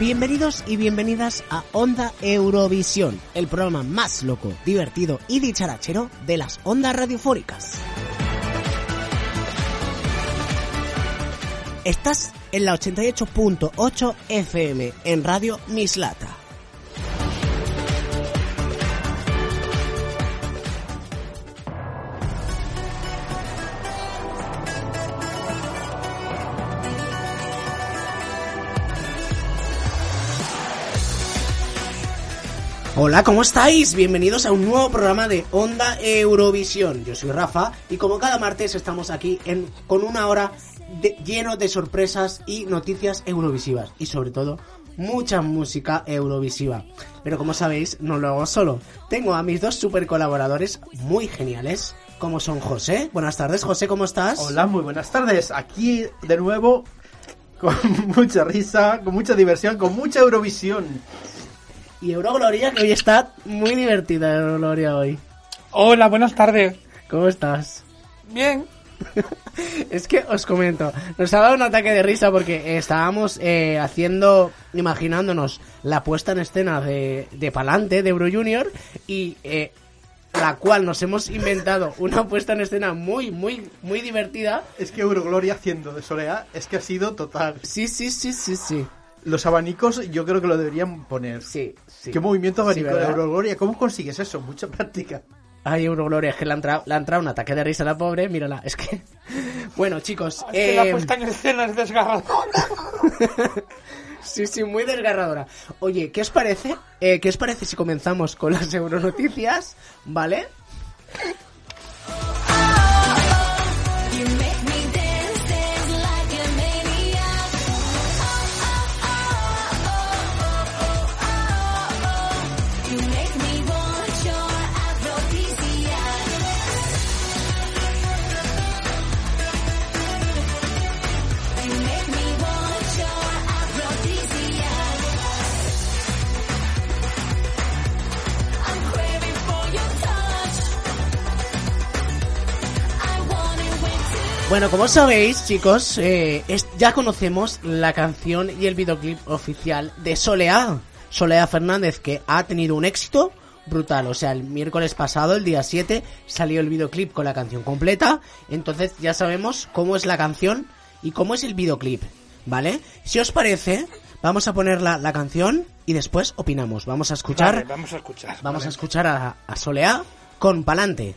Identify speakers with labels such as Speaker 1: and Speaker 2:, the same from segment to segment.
Speaker 1: Bienvenidos y bienvenidas a Onda Eurovisión, el programa más loco, divertido y dicharachero de las ondas radiofónicas. Estás en la 88.8 FM en Radio Mislata. Hola, ¿cómo estáis? Bienvenidos a un nuevo programa de Onda Eurovisión. Yo soy Rafa y como cada martes estamos aquí en, con una hora de- lleno de sorpresas y noticias eurovisivas y sobre todo mucha música eurovisiva. Pero como sabéis, no lo hago solo. Tengo a mis dos super colaboradores muy geniales, como son José. Buenas tardes, José, ¿cómo estás?
Speaker 2: Hola, muy buenas tardes. Aquí de nuevo con mucha risa, con mucha diversión, con mucha Eurovisión.
Speaker 1: Y Eurogloria, que hoy está muy divertida Eurogloria hoy.
Speaker 3: Hola, buenas tardes.
Speaker 1: ¿Cómo estás?
Speaker 3: Bien.
Speaker 1: Es que os comento, nos ha dado un ataque de risa porque eh, estábamos eh, haciendo, imaginándonos la puesta en escena de, de Palante, de Euro Junior, y eh, la cual nos hemos inventado una puesta en escena muy, muy, muy divertida.
Speaker 2: Es que Eurogloria haciendo de Soleá es que ha sido total.
Speaker 1: Sí, sí, sí, sí, sí.
Speaker 2: Los abanicos yo creo que lo deberían poner.
Speaker 1: Sí, sí.
Speaker 2: ¿Qué movimiento abanico
Speaker 1: Sí,
Speaker 2: de
Speaker 1: ¿verdad?
Speaker 2: Eurogloria? ¿Cómo consigues eso? Mucha práctica.
Speaker 1: Ay, Eurogloria, es que le ha entrado, le ha entrado un ataque de risa a la pobre, mírala, es que... Bueno, chicos...
Speaker 3: Es que la
Speaker 1: eh,
Speaker 3: puesta en escena es desgarradora.
Speaker 1: Sí, sí, muy desgarradora. Oye, ¿qué os parece? Eh, ¿Qué os parece si comenzamos con las euronoticias? ¿Vale? Bueno, como sabéis, chicos, eh, es- ya conocemos la canción y el videoclip oficial de Soleá. Soleá Fernández, que ha tenido un éxito brutal. O sea, el miércoles pasado, el día 7, salió el videoclip con la canción completa. Entonces ya sabemos cómo es la canción y cómo es el videoclip. ¿Vale? Si os parece, vamos a poner la, la canción y después opinamos. Vamos a escuchar,
Speaker 3: Vale, vamos a escuchar.
Speaker 1: vamos a, escuchar a, a Soleá con Palante.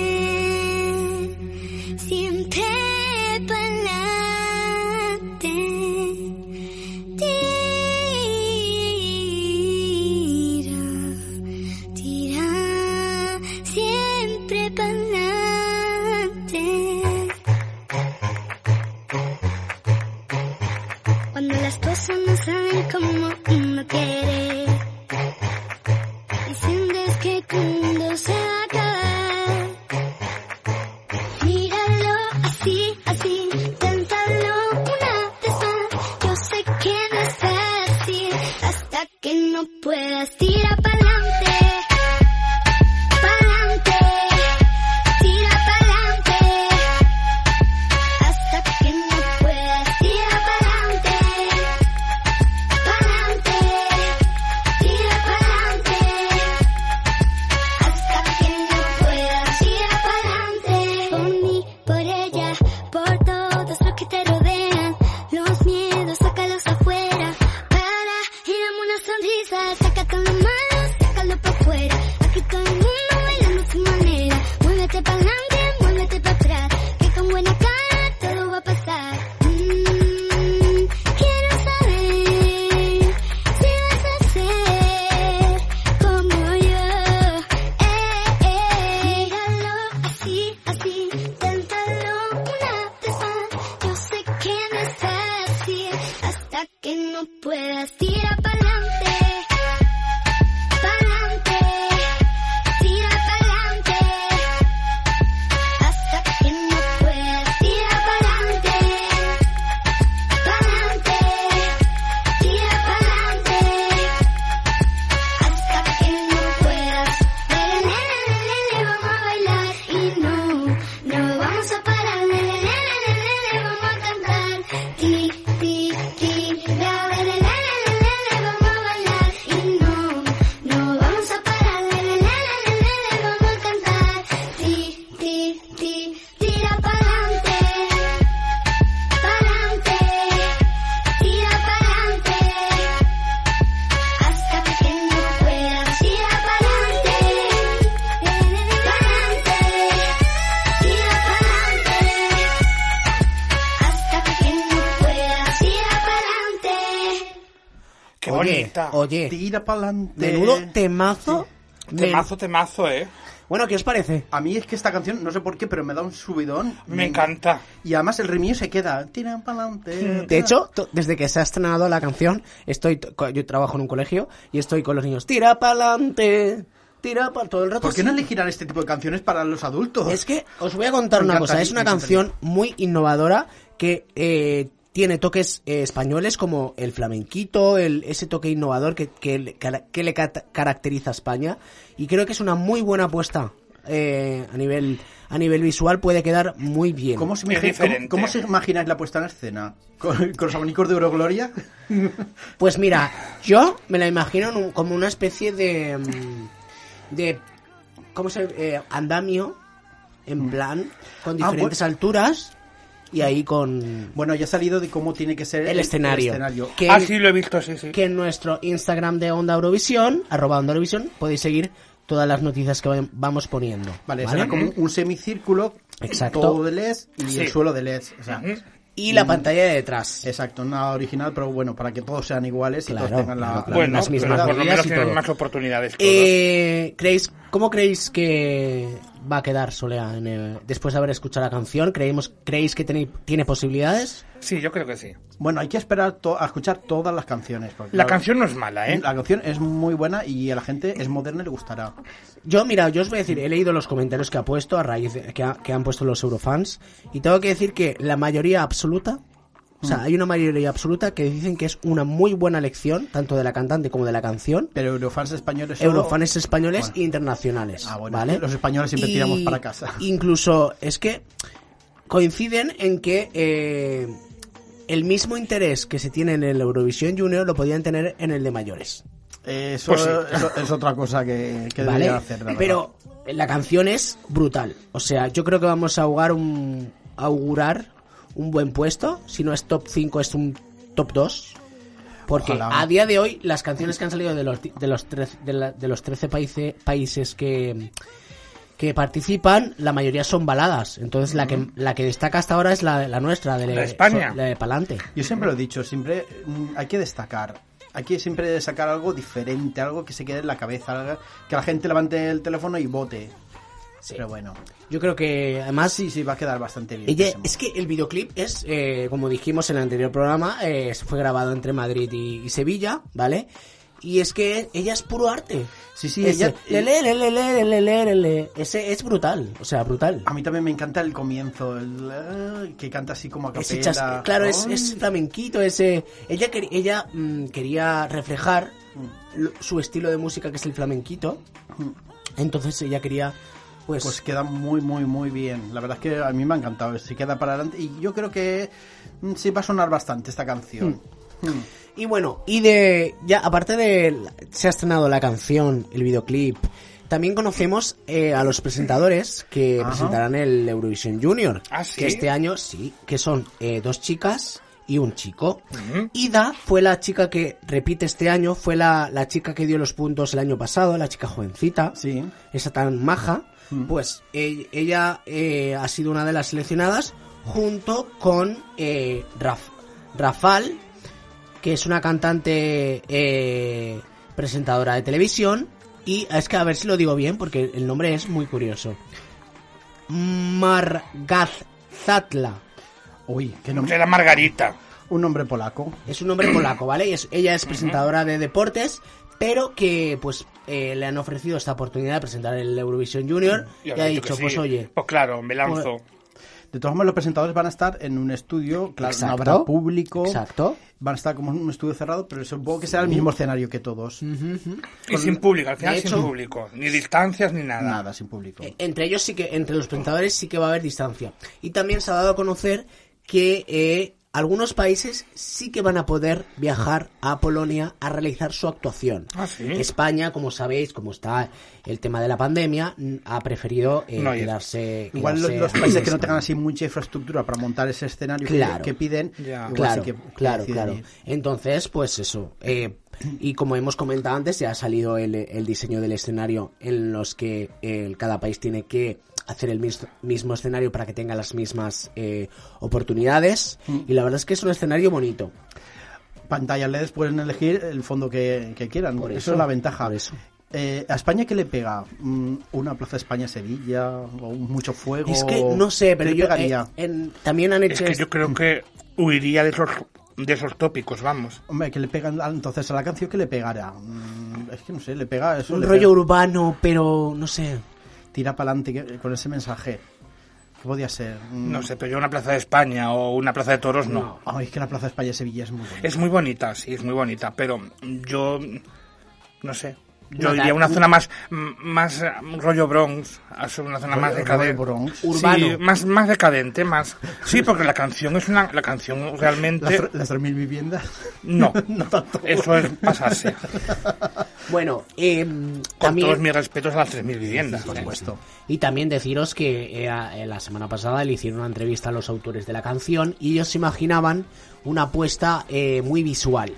Speaker 4: Pa'lante, siempre pa'lante. Tira, tira, siempre pa'lante. Cuando las cosas no saben cómo uno quiere. Y sientes que el mundo se va a acabar. Míralo así, así, Téntalo una vez más. Yo sé que no es fácil hasta que no puedas tirar pa'lante. Pa'lante, tira pa'lante. Hasta que no puedas tirar pa'lante. Pa'lante, tira Mm, Eh, hasta que no puedas tira pa'lante. Pa'lante. Tira pa'lante. Hasta que no puedas tira pa'lante. Pa'lante. Tira pa'lante. Hasta que no puedas, nene, nene, nene, vamos a bailar y no, no vamos a parar, nene, nene, nene, nene, vamos a cantar. Tic, tic, tic, la, nene, nene, nene, vamos a bailar y no, no vamos a parar, nene, nene, nene, nene, vamos a cantar. Tic, tic, tic, tira pa'lante, pa'lante, tira pa'lante. Hasta que no puedas ir adelante, adelante, ir adelante. Hasta que no puedas ir adelante.
Speaker 3: Qué
Speaker 1: oye,
Speaker 3: bonita.
Speaker 1: Oye,
Speaker 2: Tira pa'lante.
Speaker 1: menudo temazo. Me-
Speaker 3: Temazo, temazo, eh.
Speaker 1: Bueno, ¿qué os parece?
Speaker 2: A mí es que esta canción, no sé por qué, pero me da un subidón. Mm.
Speaker 3: Me encanta.
Speaker 2: Y además el remillo se queda. Tira pa'lante.
Speaker 1: De hecho, to- desde que se ha estrenado la canción, estoy t- co- yo trabajo en un colegio y estoy con los niños, tira pa'lante, tira para todo el rato.
Speaker 2: ¿por qué no
Speaker 1: sí.
Speaker 2: elegirán este tipo de canciones para los adultos?
Speaker 1: Es que os voy a contar
Speaker 2: Me
Speaker 1: una
Speaker 2: encanta,
Speaker 1: cosa, es
Speaker 2: me
Speaker 1: una
Speaker 2: encanta.
Speaker 1: canción muy innovadora que eh, tiene toques eh, españoles como el flamenquito, el, ese toque innovador que, que le- cara- que le cat- caracteriza a España y creo que es una muy buena apuesta eh, a nivel a nivel visual puede quedar muy bien.
Speaker 2: ¿Cómo se,
Speaker 3: Es
Speaker 2: imagi- cómo-
Speaker 3: diferente.
Speaker 2: cómo se imagináis la puesta en escena? ¿Con, con los abanicos de Eurogloria?
Speaker 1: Pues mira, yo me la imagino en un- como una especie de mm, de cómo se eh, andamio en plan con
Speaker 2: Mm. Ah, bu-
Speaker 1: diferentes alturas y ahí con
Speaker 2: Bueno, ya ha salido de cómo tiene que ser
Speaker 1: el escenario.
Speaker 2: escenario.
Speaker 1: Que,
Speaker 3: Ah, sí, lo he visto, sí, sí.
Speaker 1: que en nuestro Instagram de Onda Eurovisión, arroba Onda Eurovisión, podéis seguir todas las noticias que va- vamos poniendo.
Speaker 2: Vale, será como un semicírculo,
Speaker 1: Exacto.
Speaker 2: todo de LEDs y
Speaker 3: Sí.
Speaker 2: el suelo de LEDs. O sea,
Speaker 1: Y la pantalla de detrás.
Speaker 2: Exacto, nada original, pero bueno, para que todos sean iguales y
Speaker 1: Claro,
Speaker 2: todos tengan la,
Speaker 1: claro, claro.
Speaker 2: la
Speaker 3: bueno,
Speaker 1: las
Speaker 3: pero
Speaker 1: mismas
Speaker 3: por lo
Speaker 1: medidas
Speaker 3: menos
Speaker 1: y
Speaker 3: tienen
Speaker 1: todo.
Speaker 3: más oportunidades. todos.
Speaker 1: Eh, ¿creéis, ¿Cómo creéis que va a quedar Solea en, eh, después de haber escuchado la canción? ¿Creemos, ¿Creéis que tiene, tiene posibilidades?
Speaker 3: Sí, yo creo que sí.
Speaker 2: Bueno, hay que esperar to- a escuchar todas las canciones. porque,
Speaker 3: La
Speaker 2: claro,
Speaker 3: canción no es mala, ¿eh?
Speaker 2: La canción es muy buena y a la gente es moderna y le gustará.
Speaker 1: Yo, mira, yo os voy a decir, he leído los comentarios que ha puesto a raíz de- que, ha- que han puesto los Eurofans y tengo que decir que la mayoría absoluta, o sea, hay una mayoría absoluta que dicen que es una muy buena elección, tanto de la cantante como de la canción,
Speaker 2: Pero Eurofans españoles solo-
Speaker 1: eurofanes españoles
Speaker 2: Bueno.
Speaker 1: e internacionales.
Speaker 2: Ah, bueno,
Speaker 1: ¿vale?
Speaker 2: los españoles siempre tiramos para casa.
Speaker 1: Incluso es que coinciden en que eh, el mismo interés que se tiene en el Eurovisión Junior lo podían tener en el de mayores.
Speaker 2: Eh, Eso,
Speaker 3: Pues sí.
Speaker 2: eso es otra cosa que, que
Speaker 1: ¿vale?
Speaker 2: deberían hacer. la verdad.
Speaker 1: Pero la canción es brutal. O sea, yo creo que vamos a augurar un, a augurar un buen puesto. Si no es top 5, es un top 2. Porque
Speaker 2: Ojalá.
Speaker 1: a día de hoy, las canciones que han salido de los, de los, trece- de la- de los 13 paíse- países que, que participan, la mayoría son baladas. Entonces, la, que, la que destaca hasta ahora es la, la nuestra, de,
Speaker 3: La de España.
Speaker 1: la de Palante.
Speaker 2: Yo siempre lo he dicho, siempre mm, hay que destacar. Hay que siempre sacar algo diferente, algo que se quede en la cabeza, algo que la gente levante el teléfono y vote. Pero bueno,
Speaker 1: Yo creo que, además,
Speaker 2: sí, sí, va a quedar bastante bien.
Speaker 1: Ella-
Speaker 2: Pensemos.
Speaker 1: es que el videoclip es, eh, como dijimos en el anterior programa, eh, fue grabado entre Madrid y, y Sevilla, ¿vale? Y es que ella es puro arte.
Speaker 2: Sí, sí,
Speaker 1: Ese,
Speaker 2: ella-
Speaker 1: le, le, le, le, le, le, le, le, le. Ese es brutal, o sea, brutal.
Speaker 2: A mí también me encanta el comienzo, el, eh, que canta así como a
Speaker 1: Ese
Speaker 2: capela.
Speaker 1: chas- claro, es,
Speaker 2: Ay.
Speaker 1: es flamenquito, ese... Ella, quer- ella mm, quería reflejar
Speaker 2: Mm.
Speaker 1: lo- su estilo de música, que es el flamenquito. Entonces ella quería, pues...
Speaker 2: Pues queda muy, muy, muy bien. La verdad es que a mí me ha encantado. Se queda para adelante. Y yo creo que mm, sí va a sonar bastante esta canción. Mm.
Speaker 1: Y bueno, y de. Ya, aparte de. la- Se ha estrenado la canción, el videoclip. También conocemos eh, a los presentadores que
Speaker 2: Ajá.
Speaker 1: presentarán el Eurovision Junior.
Speaker 3: Ah, ¿sí?
Speaker 1: Que este año sí, que son eh, dos chicas y un chico. Ida fue la chica que repite este año, fue la, la chica que dio los puntos el año pasado, la chica jovencita
Speaker 2: Sí.
Speaker 1: esa tan maja, pues e- ella eh, ha sido una de las seleccionadas junto con eh, Raf- Rafal, que es una cantante eh, presentadora de televisión, y es que a ver si lo digo bien porque el nombre es muy curioso. Margazatla.
Speaker 2: Uy, qué nombre.
Speaker 3: De la Margarita.
Speaker 2: Un nombre polaco.
Speaker 1: Es un hombre polaco, ¿vale? Y es- ella es presentadora de deportes, pero que pues eh, le han ofrecido esta oportunidad de presentar el Eurovisión Junior y,
Speaker 3: Y
Speaker 1: ha dicho,
Speaker 3: que
Speaker 1: pues
Speaker 3: sí.
Speaker 1: oye,
Speaker 3: Pues claro, me lanzo.
Speaker 2: De todas formas, los presentadores van a estar en un estudio, claro, no
Speaker 1: Exacto.
Speaker 2: habrá público.
Speaker 1: exacto.
Speaker 2: Van a estar como en un estudio cerrado, pero supongo que será el mismo escenario que todos.
Speaker 3: y sin público, al final
Speaker 1: de hecho-
Speaker 3: sin público. Ni distancias ni nada.
Speaker 2: Nada, sin público.
Speaker 1: Eh, Entre ellos sí que, entre los presentadores sí que va a haber distancia. Y también se ha dado a conocer que eh, algunos países sí que van a poder viajar a Polonia a realizar su actuación.
Speaker 3: Ah, ¿sí?
Speaker 1: España, como sabéis, como está el tema de la pandemia, n- ha preferido eh,
Speaker 3: No ir.
Speaker 1: quedarse.
Speaker 2: Igual los,
Speaker 1: quedarse
Speaker 2: los
Speaker 1: aquí
Speaker 2: países
Speaker 1: en
Speaker 2: que no
Speaker 1: España.
Speaker 2: tengan así mucha infraestructura para montar ese escenario que-
Speaker 1: Claro.
Speaker 2: que, piden,
Speaker 3: Ya.
Speaker 1: Claro,
Speaker 2: igual Pues sí que
Speaker 1: claro,
Speaker 2: deciden
Speaker 1: claro.
Speaker 2: ir.
Speaker 1: Entonces, pues eso. eh, y como hemos comentado antes, ya ha salido el, el diseño del escenario en los que eh, cada país tiene que hacer el mis- mismo escenario para que tenga las mismas eh, oportunidades.
Speaker 2: Mm.
Speaker 1: Y la verdad es que es un escenario bonito.
Speaker 2: Pantallas LEDs E pueden elegir el fondo que, que quieran.
Speaker 1: Por
Speaker 2: eso,
Speaker 1: eso,
Speaker 2: es la ventaja.
Speaker 1: por eso.
Speaker 2: Eh, ¿A España qué le pega? Mm, ¿Una Plaza España-Sevilla? ¿O un mucho fuego?
Speaker 1: Es que no sé, pero
Speaker 2: Oh, ¿Qué le
Speaker 1: yo
Speaker 2: pegaría?
Speaker 1: eh, en- también han
Speaker 3: Es
Speaker 1: hecho
Speaker 3: que
Speaker 1: este-
Speaker 3: yo creo que huiría de esos, de esos tópicos, vamos.
Speaker 2: Hombre, que le pegan ah, entonces a la canción que le pegará. Mm, Es que no sé, le pega eso.
Speaker 1: un
Speaker 2: le
Speaker 1: rollo
Speaker 2: pega.
Speaker 1: urbano, pero no sé.
Speaker 2: Tira para adelante con ese mensaje. ¿Qué podía ser? Mm,
Speaker 3: No sé, pero yo una plaza de España o una plaza de toros no.
Speaker 2: Ay, es que la Plaza España-Sevilla es muy buena.
Speaker 3: Es muy bonita, sí, es muy bonita, pero yo no sé. Yo
Speaker 1: No,
Speaker 3: diría
Speaker 1: la-
Speaker 3: una zona más m- más eh, rollo Bronx, hacer una zona más
Speaker 2: Rollo
Speaker 3: decadente,
Speaker 2: Bronx.
Speaker 3: Sí,
Speaker 1: Urbano.
Speaker 3: más más decadente, más. Sí, porque la canción es una la canción
Speaker 2: uh, Las,
Speaker 3: realmente
Speaker 2: tre- las 3.000 viviendas.
Speaker 3: no.
Speaker 2: no tanto.
Speaker 3: Eso es pasarse.
Speaker 1: Bueno, eh,
Speaker 3: Con
Speaker 1: también...
Speaker 3: todos mis respetos a las 3.000 viviendas. ¿eh?
Speaker 1: Y también deciros que eh, a- eh, la semana pasada le hicieron una entrevista a los autores de la canción y ellos se imaginaban una apuesta eh, muy visual,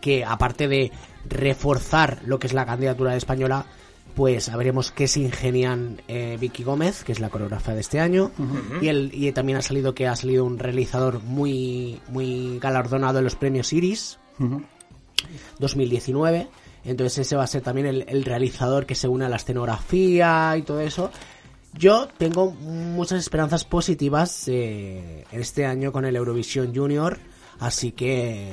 Speaker 1: que aparte de reforzar lo que es la candidatura de española, pues veremos qué se ingenian eh, Vicky Gómez, que es la coreógrafa de este año, y, el, y también ha salido que ha salido un realizador muy, muy galardonado en los premios Iris, 2019. Entonces ese va a ser también el, el realizador que se une a la escenografía y todo eso. Yo tengo muchas esperanzas positivas eh, este año con el Eurovisión Junior, así que...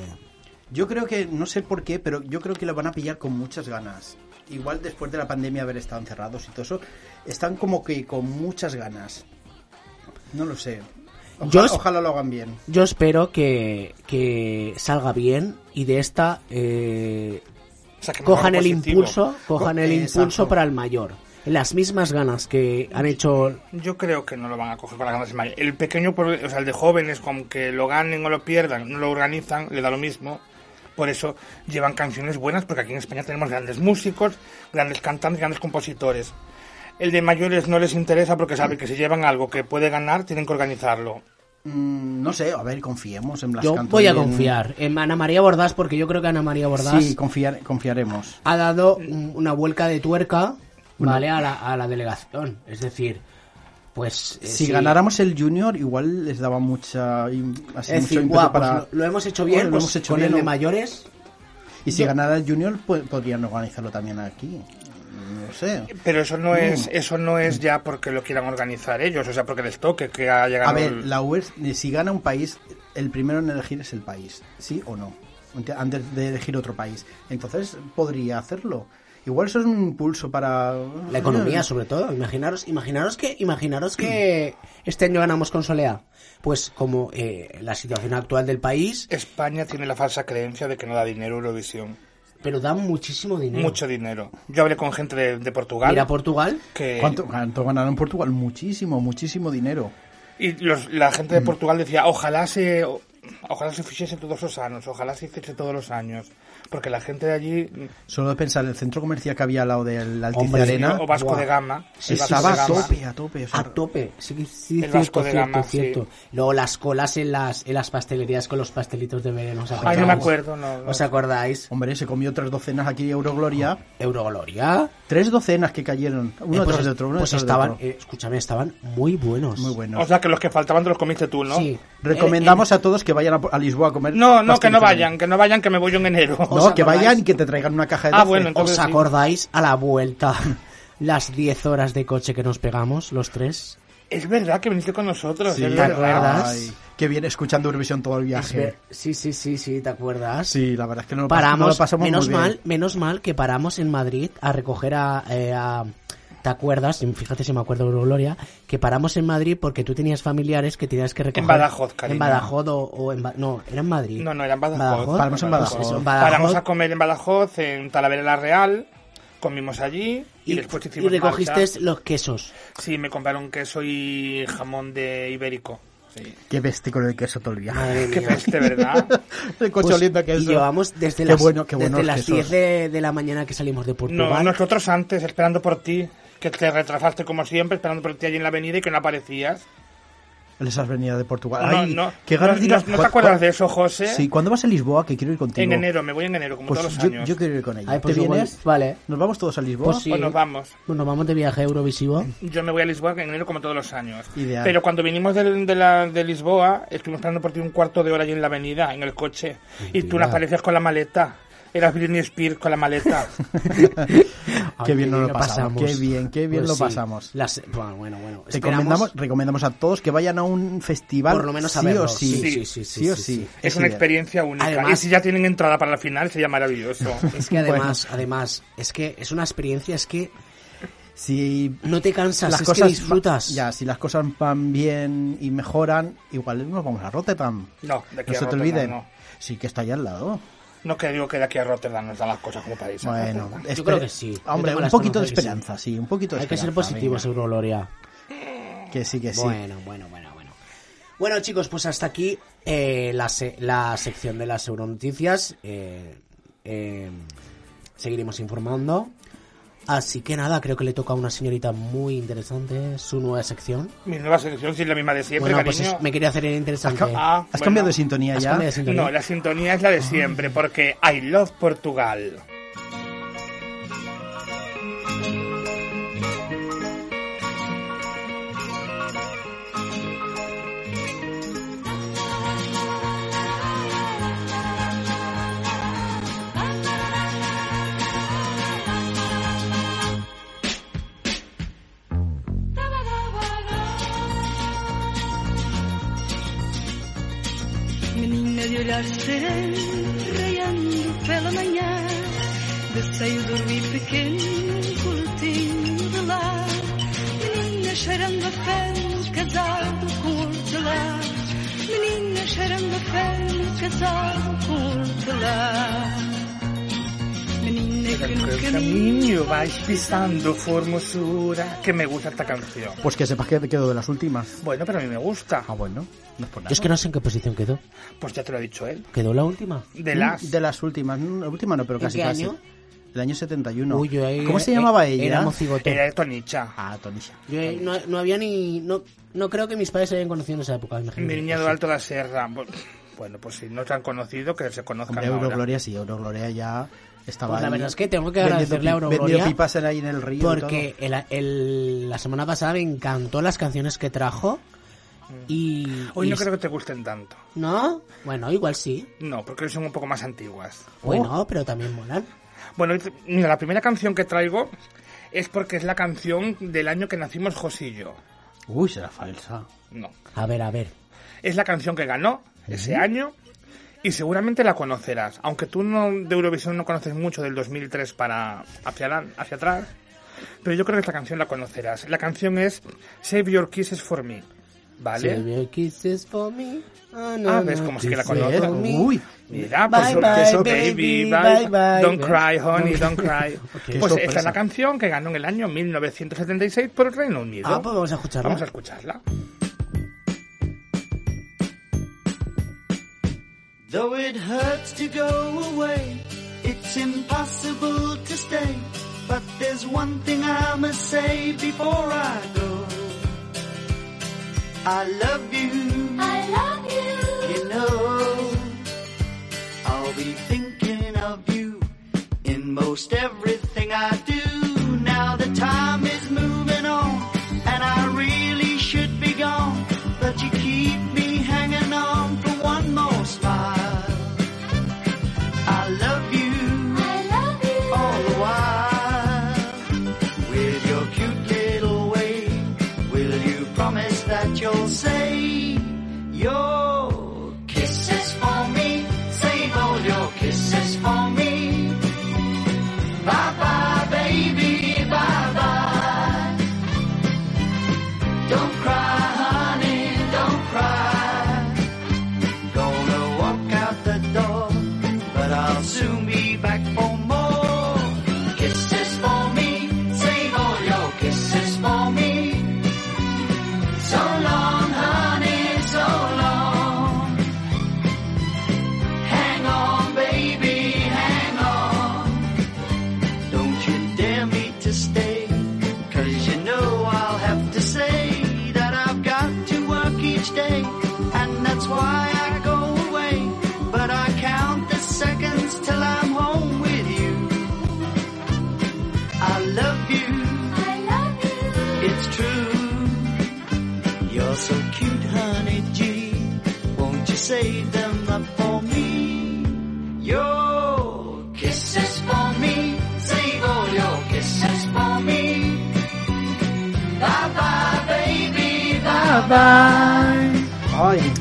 Speaker 2: Yo creo que, no sé por qué, pero yo creo que lo van a pillar con muchas ganas. Igual después de la pandemia haber estado encerrados y todo eso, están como que con muchas ganas. No lo sé. Ojalá,
Speaker 1: Yo es-
Speaker 2: ojalá lo hagan bien.
Speaker 1: Yo espero que, que salga bien y de esta eh,
Speaker 3: O sea, que
Speaker 1: cojan
Speaker 3: mejor
Speaker 1: el
Speaker 3: positivo.
Speaker 1: impulso, cojan el
Speaker 2: Exacto.
Speaker 1: impulso para el mayor. Las mismas ganas que han hecho
Speaker 3: Yo creo que no lo van a coger para ganarse mayor. El pequeño, por- o sea, el de jóvenes, con que lo ganen o lo pierdan, no lo organizan, le da lo mismo. Por eso llevan canciones buenas, porque aquí en España tenemos grandes músicos, grandes cantantes, grandes compositores. El de mayores no les interesa porque saben que si llevan algo que puede ganar, tienen que organizarlo.
Speaker 2: Mm, no sé, a ver, confiemos en Blas
Speaker 1: Yo
Speaker 2: Canto
Speaker 1: voy a
Speaker 2: y en-
Speaker 1: confiar en Ana María Bordás porque yo creo que Ana María Bordás
Speaker 2: Sí, confiar, confiaremos.
Speaker 1: ha dado un- una vuelca de tuerca, ¿vale? A la, a la delegación. Es decir, pues... eh,
Speaker 2: Si
Speaker 1: sí.
Speaker 2: ganáramos el Junior, igual les daba mucha. im- así,
Speaker 1: Es
Speaker 2: mucho
Speaker 1: decir,
Speaker 2: ímpetu
Speaker 1: guau, pues
Speaker 2: para-
Speaker 1: lo, lo hemos hecho bien,
Speaker 2: Bueno, lo
Speaker 1: pues
Speaker 2: hemos hecho
Speaker 1: con
Speaker 2: bien,
Speaker 1: el de
Speaker 2: ¿no?
Speaker 1: mayores.
Speaker 2: Y si ganara el Junior, po- podrían organizarlo también aquí. No sé.
Speaker 3: Pero eso no es,
Speaker 2: Mm.
Speaker 3: eso no es ya porque lo quieran organizar ellos, o sea, porque les toque que haya ganado.
Speaker 2: A ver,
Speaker 3: el-
Speaker 2: la UE, si gana un país, el primero en elegir es el país, ¿sí o no? Ante- Antes de elegir otro país. Entonces podría hacerlo. Igual eso es un impulso para...
Speaker 1: La economía, sobre todo. Imaginaros, imaginaros que, imaginaros que este año ganamos con Solea. Pues como eh, la situación actual del país,
Speaker 3: España tiene la falsa creencia de que no da dinero Eurovisión.
Speaker 1: pero da muchísimo
Speaker 2: Mm.
Speaker 1: dinero.
Speaker 3: Mucho dinero. Yo hablé con gente de, de Portugal.
Speaker 1: Mira Portugal,
Speaker 3: que
Speaker 2: ¿Cuánto, ¿Cuánto ganaron en Portugal? Muchísimo, muchísimo dinero.
Speaker 3: y los- la gente
Speaker 1: Mm.
Speaker 3: de Portugal decía ojalá se o- ojalá se hiciese todos los años ojalá se hiciese todos los años porque la gente de allí
Speaker 2: Solo de pensar, el centro comercial que había al lado del Altice
Speaker 1: Hombre,
Speaker 2: Arena
Speaker 3: o Vasco
Speaker 1: Buah.
Speaker 3: de Gama el Vasco
Speaker 2: estaba
Speaker 3: de
Speaker 2: a
Speaker 3: Gama.
Speaker 2: tope, a tope. o sea,
Speaker 1: a tope. Sí, que- sí,
Speaker 3: El
Speaker 1: cierto,
Speaker 3: Vasco de
Speaker 1: cierto,
Speaker 3: Gama, sí.
Speaker 1: cierto. Luego las colas en las, en las pastelerías con los pastelitos de verano. ¿os
Speaker 3: Ay, no me
Speaker 1: acordáis?
Speaker 3: acuerdo no, no.
Speaker 1: ¿Os acordáis?
Speaker 2: Hombre, se comió tres docenas aquí de Eurogloria.
Speaker 1: Eurogloria.
Speaker 2: Tres docenas que cayeron, uno
Speaker 1: Eh, pues
Speaker 2: tras de
Speaker 1: es-
Speaker 2: otro, uno
Speaker 1: pues
Speaker 2: tras de
Speaker 1: estaban,
Speaker 2: otro.
Speaker 1: eh, escúchame, estaban muy buenos.
Speaker 2: Muy bueno.
Speaker 3: o sea que los que faltaban te los comiste tú no
Speaker 1: Sí. eh,
Speaker 2: Recomendamos a todos que vayan a, a Lisboa a comer.
Speaker 3: no no que
Speaker 2: pastel
Speaker 3: no
Speaker 2: italiano.
Speaker 3: vayan que no vayan que me voy yo en enero
Speaker 1: ¿Os
Speaker 2: No, que
Speaker 1: acordáis?
Speaker 2: vayan y que te traigan una caja de
Speaker 3: Ah,
Speaker 2: doce.
Speaker 3: bueno,
Speaker 1: eh, ¿Os
Speaker 3: entonces sí.
Speaker 1: acordáis a la vuelta las 10 horas de coche que nos pegamos los tres?
Speaker 3: Es verdad que viniste con nosotros.
Speaker 2: Sí,
Speaker 3: es
Speaker 1: ¿te
Speaker 3: verdad.
Speaker 1: acuerdas?
Speaker 2: Ay, qué bien escuchando Eurovisión todo el
Speaker 1: Es ver-
Speaker 2: viaje.
Speaker 1: Sí, sí, sí, sí, ¿te acuerdas?
Speaker 2: Sí, la verdad es que no lo, pas- no
Speaker 1: paramos,
Speaker 2: lo pasamos
Speaker 1: menos
Speaker 2: muy bien.
Speaker 1: mal, menos mal que paramos en Madrid a recoger a, eh, a- ¿te acuerdas? Fíjate si me acuerdo Gloria, que paramos en Madrid porque tú tenías familiares que tenías que recoger
Speaker 3: Badajoz, Karina.
Speaker 1: en Badajoz o, o en Ba- no, era en Madrid.
Speaker 3: No, no, era en Badajoz.
Speaker 2: Paramos en Badajoz.
Speaker 1: Eso,
Speaker 3: Paramos a comer en Badajoz, en Talavera la Real. Comimos allí y,
Speaker 1: y,
Speaker 3: después
Speaker 1: y
Speaker 3: hicimos
Speaker 1: recogiste
Speaker 3: marcha.
Speaker 1: los quesos.
Speaker 3: Sí, me compraron queso y jamón de ibérico. Sí.
Speaker 2: Qué bestia con el queso todo el viaje.
Speaker 1: Madre
Speaker 3: Qué
Speaker 1: mía.
Speaker 3: peste, ¿verdad?
Speaker 2: el coche
Speaker 1: Pues,
Speaker 2: oliendo a
Speaker 1: y
Speaker 2: queso.
Speaker 1: llevamos desde
Speaker 2: Qué
Speaker 1: las,
Speaker 2: bueno, qué buenos
Speaker 1: desde las
Speaker 2: quesos.
Speaker 1: 10 de, de la mañana que salimos de Portugal.
Speaker 3: No, Pues nosotros antes, esperando por ti, que te retrasaste como siempre, esperando por ti allí en la avenida y que no aparecías.
Speaker 2: Les has venido de Portugal.
Speaker 3: No,
Speaker 2: Ay,
Speaker 3: no.
Speaker 2: qué ganas de ir a-
Speaker 3: No, no te acuerdas de eso, José.
Speaker 2: Sí, ¿cuándo vas a Lisboa? Que quiero ir contigo.
Speaker 3: En enero, me voy en enero, como
Speaker 2: Pues
Speaker 3: todos los
Speaker 2: yo,
Speaker 3: años.
Speaker 2: yo quiero ir con ella.
Speaker 1: Ay, pues
Speaker 2: ¿Te
Speaker 1: igual-
Speaker 2: vienes?
Speaker 1: vale.
Speaker 2: ¿Nos vamos todos a Lisboa?
Speaker 1: Pues sí.
Speaker 3: Pues nos vamos.
Speaker 1: Bueno, vamos de viaje eurovisivo.
Speaker 3: Yo me voy a Lisboa en enero como todos los años.
Speaker 2: Ideal.
Speaker 3: Pero cuando vinimos del- de, la- de Lisboa, estuvimos esperando por ti un cuarto de hora allí en la avenida, en el coche. Y tú no aparecías con la maleta. Eras Britney Spears con la maleta.
Speaker 1: Ay,
Speaker 2: Qué bien nos lo pasamos. Qué bien, qué bien lo pasamos.
Speaker 1: Pues Las- bueno, bueno, bueno. Esperamos-
Speaker 2: Recomendamos, recomendamos a todos que vayan a un festival.
Speaker 1: Por lo menos a
Speaker 2: sí
Speaker 1: verlo,
Speaker 2: o sí.
Speaker 1: sí, sí, sí, sí,
Speaker 2: o
Speaker 1: sí,
Speaker 2: sí.
Speaker 1: sí.
Speaker 3: es una
Speaker 2: ideal.
Speaker 3: experiencia única.
Speaker 1: Además-
Speaker 3: y si ya tienen entrada para la final, sería maravilloso.
Speaker 1: Es que además, además, es que es una experiencia, es que
Speaker 2: Si
Speaker 1: no te cansas,
Speaker 2: las
Speaker 1: es
Speaker 2: cosas
Speaker 1: que disfrutas.
Speaker 2: va- ya, si las cosas van bien y mejoran, igual nos vamos a Rotterdam.
Speaker 3: No, de
Speaker 2: no
Speaker 3: aquí
Speaker 2: se
Speaker 3: a
Speaker 2: te
Speaker 3: Rotterdam,
Speaker 2: olviden.
Speaker 3: no.
Speaker 2: Sí, que está allá al lado.
Speaker 3: No que digo que de aquí a Rotterdam nos dan las cosas como país.
Speaker 2: Bueno, espere-
Speaker 1: creo que sí. Yo
Speaker 2: Hombre,
Speaker 1: tengo
Speaker 2: un
Speaker 1: la
Speaker 2: poquito de
Speaker 1: esperanza de que
Speaker 2: esperanza, sí. un poquito de
Speaker 1: Hay que ser
Speaker 2: esperanza,
Speaker 1: positivos, Euroloria.
Speaker 2: venga. Que sí, que sí.
Speaker 1: Bueno, bueno, bueno, bueno. Bueno, chicos, pues hasta aquí eh, la, se- la sección de las Euronoticias. Eh, eh, seguiremos informando. Así que nada, creo que le toca a una señorita muy interesante su nueva sección.
Speaker 3: Mi nueva selección sí es la misma de siempre,
Speaker 1: Bueno, pues
Speaker 3: cariño.
Speaker 1: es- me quería hacer el interesante.
Speaker 3: Ah,
Speaker 2: ¿Has
Speaker 3: bueno.
Speaker 2: cambiado de sintonía
Speaker 1: Has
Speaker 2: ya?
Speaker 1: cambiado de sintonía.
Speaker 3: No, la sintonía es la de siempre, porque I love Portugal.
Speaker 5: Menina de olhar sereando pela manhã, de seio dormir pequeno, curtinho de lá. Menina cheirando a ferro, casado com hortelã. Menina cheirando a ferro, casado com hortelã. Menina que no
Speaker 3: El
Speaker 5: caminho
Speaker 3: camino vais pisando formosura. Que me gusta esta canción.
Speaker 2: Pues que sepas que te quedo de las últimas.
Speaker 3: Bueno, pero a mí me gusta.
Speaker 2: Ah, bueno. No es por
Speaker 1: Yo
Speaker 2: nada.
Speaker 1: es que no sé en qué posición quedó.
Speaker 3: Pues ya te lo ha dicho él.
Speaker 1: ¿Quedó la última?
Speaker 3: De las.
Speaker 2: Mm, De las últimas. No, La última no, pero
Speaker 1: ¿En
Speaker 2: casi
Speaker 1: qué
Speaker 2: casi.
Speaker 1: año?
Speaker 2: El año 71.
Speaker 1: Uy, yo ahí-
Speaker 2: ¿Cómo se
Speaker 1: eh,
Speaker 2: llamaba ella?
Speaker 1: Era mocigotón.
Speaker 3: Era de Tonicha.
Speaker 2: Ah, Tonisha.
Speaker 1: Yo ahí no, no había ni... No, no creo que mis padres se hayan conocido en esa época,
Speaker 3: Mi
Speaker 1: imagínate.
Speaker 3: niña de Alto de la Serra. Bueno, pues si no te han conocido, que se conozcan
Speaker 2: Hombre,
Speaker 3: ahora.
Speaker 2: Eurogloria sí, Eurogloria ya estaba
Speaker 1: Pues la
Speaker 2: ahí
Speaker 1: verdad es que tengo que
Speaker 2: vendiendo
Speaker 1: agradecerle a
Speaker 2: pi-
Speaker 1: Eurogloria
Speaker 2: vendiendo pipas ahí en el río y
Speaker 1: Porque el- el- la semana pasada me encantó las canciones que trajo y...
Speaker 3: Hoy
Speaker 1: y-
Speaker 3: no creo que te gusten tanto.
Speaker 1: ¿No? Bueno, igual sí.
Speaker 3: No, porque son un poco más antiguas.
Speaker 1: Bueno, pero también molan.
Speaker 3: Bueno, y- mira, la primera canción que traigo es porque es la canción del año que nacimos Josillo.
Speaker 2: todo. Uy, será falsa.
Speaker 3: No.
Speaker 1: A ver, a ver.
Speaker 3: Es la canción que ganó ese año y seguramente la conocerás. Aunque tú no, de Eurovisión no conoces mucho del 2003 para hacia, la- hacia atrás, pero yo creo que esta canción la conocerás. La canción es Save Your Kisses for Me. ¿Vale?
Speaker 1: Save your kisses for me. Oh, no,
Speaker 3: Ah, ves
Speaker 1: no,
Speaker 3: como sí que la
Speaker 1: kisses
Speaker 3: conozco.
Speaker 1: for me.
Speaker 2: Uy,
Speaker 3: Mira,
Speaker 1: Bye,
Speaker 3: pues
Speaker 1: bye,
Speaker 3: qué so-
Speaker 1: baby,
Speaker 3: baby,
Speaker 1: bye,
Speaker 3: bye,
Speaker 1: bye.
Speaker 3: Don't cry, honey, don't cry.
Speaker 1: Qué
Speaker 3: Pues esta
Speaker 2: sorpresa.
Speaker 3: es la canción que ganó en el año 1976 por el Reino Unido.
Speaker 1: Ah, pues vamos a escucharla.
Speaker 3: Vamos a escucharla.
Speaker 6: Though it hurts to go away, it's impossible to stay. But there's one thing I must say before I go. I love you,
Speaker 4: I love you.
Speaker 6: you know. I'll be thinking of you in most everything I do. Now the time is moving on, and I really should be gone. But you keep me hanging on for one more smile. I love you
Speaker 4: I love you.
Speaker 6: all the while. With your cute little way, will you promise but I'll soon be back for more. Kisses for me, save all your kisses for me. So long, honey, so long. Hang on, baby, hang on. Don't you dare me to stay, cause you know I'll have to say that I've got to work each day, and that's why I go away. But I count the seconds till I'm home with you. I love you,
Speaker 4: I love you.
Speaker 6: it's true. You're so cute, honey G. Won't you save them up for me? Your kisses for me. Save all your kisses for me. Bye bye, baby. Bye bye.
Speaker 2: Ay,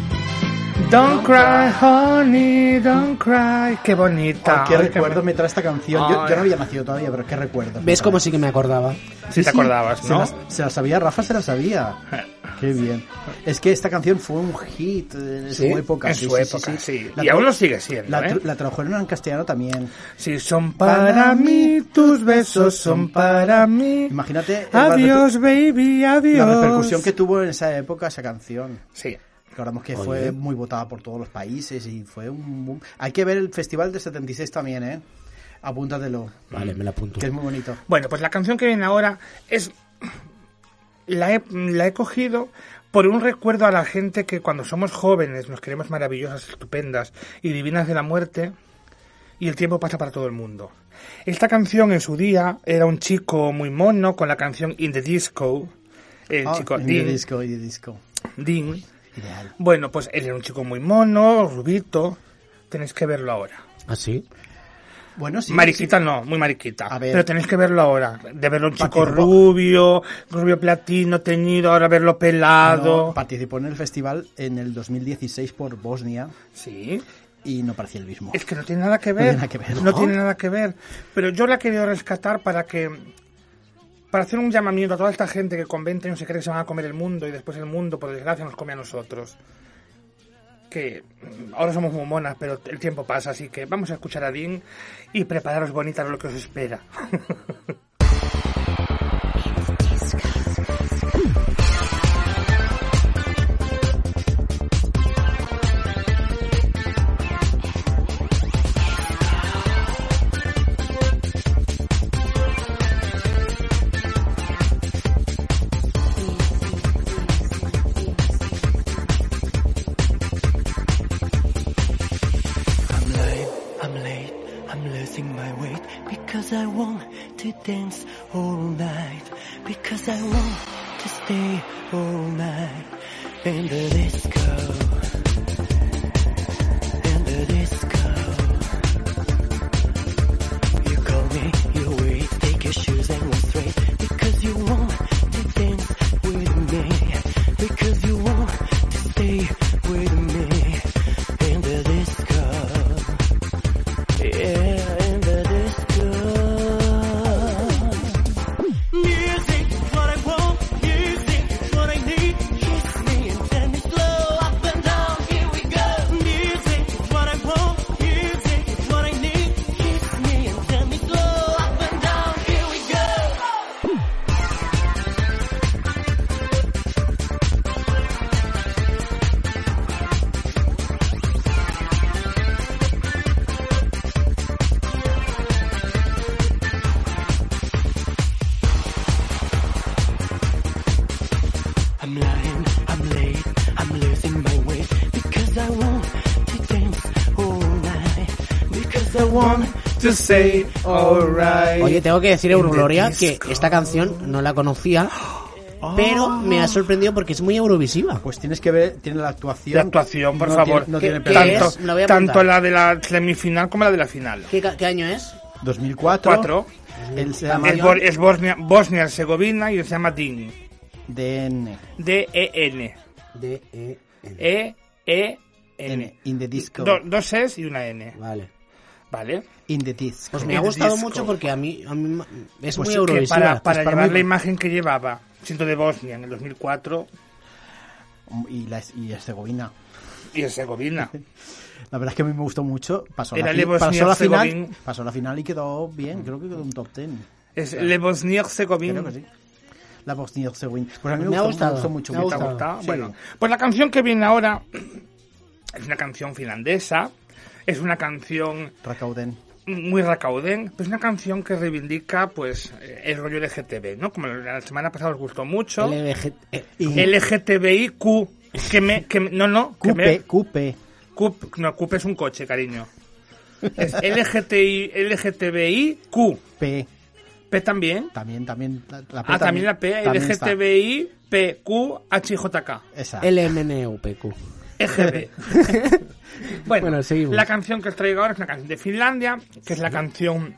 Speaker 3: Don't cry, honey, don't cry. Qué bonita.
Speaker 2: ay, qué
Speaker 3: Ay,
Speaker 2: recuerdo me trae esta canción. Yo,
Speaker 3: Ay.
Speaker 2: yo no había nacido todavía, pero qué recuerdo.
Speaker 1: ¿Ves cómo sí que me
Speaker 3: Mm.
Speaker 1: acordaba?
Speaker 3: Si te acordabas,
Speaker 2: Se
Speaker 3: ¿no?
Speaker 2: la, se la sabía, Rafa se la sabía. Qué bien. Es que esta canción fue un hit eh, en
Speaker 1: Sí,
Speaker 2: su época.
Speaker 3: En
Speaker 2: sí,
Speaker 3: su
Speaker 2: sí,
Speaker 3: época, sí.
Speaker 2: La
Speaker 3: Y
Speaker 2: tra-
Speaker 3: aún lo sigue siendo,
Speaker 2: La,
Speaker 3: ¿eh?
Speaker 2: tr- la tradujeron en castellano también.
Speaker 3: Si son para mí, tus besos son para mí.
Speaker 2: Imagínate el
Speaker 3: Adiós, baby, adiós.
Speaker 2: La repercusión que tuvo en esa época esa canción.
Speaker 3: Sí.
Speaker 2: Recordamos que fue muy votada por todos los países y fue un boom. Hay que ver el festival del 76 también, ¿eh? Apúntatelo,
Speaker 1: Vale, me la apunto.
Speaker 2: que es muy bonito.
Speaker 3: Bueno, pues la canción que viene ahora es. La he, la he cogido por un recuerdo a la gente que cuando somos jóvenes nos creemos maravillosas, estupendas y divinas de la muerte. Y el tiempo pasa para todo el mundo. Esta canción en su día era un chico muy mono con la canción In the Disco. El
Speaker 2: Ah,
Speaker 3: chico
Speaker 2: y de
Speaker 3: Dean,
Speaker 2: disco, y de disco.
Speaker 3: Dean.
Speaker 2: Ideal.
Speaker 3: Bueno, pues él era un chico muy mono, rubito. Tenéis que verlo ahora.
Speaker 1: ¿Ah, sí?
Speaker 2: Bueno, sí.
Speaker 3: mariquita no, muy mariquita.
Speaker 2: A ver.
Speaker 3: Pero tenéis que verlo ahora. De verlo un chico
Speaker 2: Participó.
Speaker 3: rubio, rubio platino, teñido, ahora verlo pelado.
Speaker 2: No, participó en el festival en el 2016 por Bosnia
Speaker 3: sí.
Speaker 2: y no parecía el mismo.
Speaker 3: Es que no tiene nada que
Speaker 2: tiene
Speaker 3: ver.
Speaker 2: nada que ver,
Speaker 3: No
Speaker 2: ¿no?
Speaker 3: tiene nada que ver. Pero yo la he querido rescatar para que. Para hacer un llamamiento a toda esta gente que con 20 años se cree que se van a comer el mundo y después el mundo, por desgracia, nos come a nosotros. Que mm, ahora somos muy monas, pero el tiempo pasa, así que vamos a escuchar a Dean y prepararos bonitas lo que os espera.
Speaker 7: I'm late, I'm late, I'm losing my weight because I want to dance all night, because I want to stay all night in the disco, in the disco. You call me, you wait, take your shoes and go straight because you want to dance with me, because you want to stay with me in the disco. Yeah, in the disco. Music is what I want, music is what I need. Kiss me and send me slow up and down. Here we go. Music is what I want, music is what I need. Kiss me and send me slow up and down. Here we go. I'm lying, I'm late, I'm losing my weight because I want to dance all night. Because I want to say alright.
Speaker 1: Oye, tengo que decir, Eurogloria, que esta canción no la conocía, pero me ha sorprendido porque es muy eurovisiva.
Speaker 2: Pues tienes que ver, tiene la actuación.
Speaker 3: La actuación, por
Speaker 2: No
Speaker 3: favor.
Speaker 2: tiene- no tiene
Speaker 1: ¿Qué
Speaker 2: perdón.
Speaker 3: tanto,
Speaker 1: es? La voy a
Speaker 3: tanto
Speaker 1: apuntar.
Speaker 3: la de la semifinal como la de la final.
Speaker 1: ¿Qué, ca- qué año es?
Speaker 2: 2004.
Speaker 3: Cuatro.
Speaker 2: Él se llama
Speaker 3: Es, Bor- es Bosnia, Bosnia Herzegovina y se llama DIN.
Speaker 2: DN.
Speaker 3: D-E-N.
Speaker 1: De, eh, eh.
Speaker 2: N.
Speaker 3: E-E-N.
Speaker 2: In the disco.
Speaker 3: Do- dos E's y una N.
Speaker 1: Vale.
Speaker 3: ¿Vale?
Speaker 2: In the disco.
Speaker 1: Pues me
Speaker 3: El
Speaker 1: ha gustado
Speaker 3: disco.
Speaker 1: mucho porque a mí, a mí es
Speaker 3: Pues
Speaker 1: muy
Speaker 3: sí, que
Speaker 1: eurovisiva.
Speaker 3: para, para
Speaker 2: es para
Speaker 3: llevar
Speaker 2: mí-
Speaker 3: la imagen que llevaba, siendo de Bosnia en el 2004,
Speaker 2: Y, la, y Herzegovina.
Speaker 3: y Herzegovina.
Speaker 2: La verdad es que a mí me gustó mucho. Pasó,
Speaker 3: Era Mm.
Speaker 2: la, fi-
Speaker 3: de Bosnia
Speaker 2: pasó la final,
Speaker 3: Herzegovina.
Speaker 2: pasó la final y quedó bien. Creo que quedó un top ten.
Speaker 3: Es Le Bosnia-Herzegovina.
Speaker 2: Creo que sí. La Bosnia Herzegovina. Pues a mí
Speaker 1: Me ha
Speaker 2: gustó,
Speaker 1: gustado,
Speaker 2: gustó mucho.
Speaker 1: me ha
Speaker 3: ¿Te ha
Speaker 1: gustado.
Speaker 3: gustado?
Speaker 2: Sí.
Speaker 3: Bueno, pues la canción que viene ahora es una canción finlandesa, es una canción
Speaker 2: Racauden.
Speaker 3: muy racaudén, pero es una canción que reivindica pues eh, el rollo LGTB, ¿no? Como la semana pasada os gustó mucho.
Speaker 1: LBG, eh,
Speaker 2: Y
Speaker 3: LGTBIQ, que me, que me- no, no, que me,
Speaker 2: Cupe, Cupe.
Speaker 3: Cup- no, Cup es un coche, cariño. Es LGTI, LGTBIQ,
Speaker 2: P.
Speaker 3: P también.
Speaker 2: También, también. La, la P
Speaker 3: Ah, también la P,
Speaker 2: también está.
Speaker 3: LGTBI, PQ, HJK.
Speaker 1: Eh,
Speaker 2: Esa.
Speaker 1: LMNUPQ.
Speaker 3: EGB. bueno,
Speaker 1: Bueno, seguimos.
Speaker 3: la canción que os traigo ahora es una canción de Finlandia, que es la canción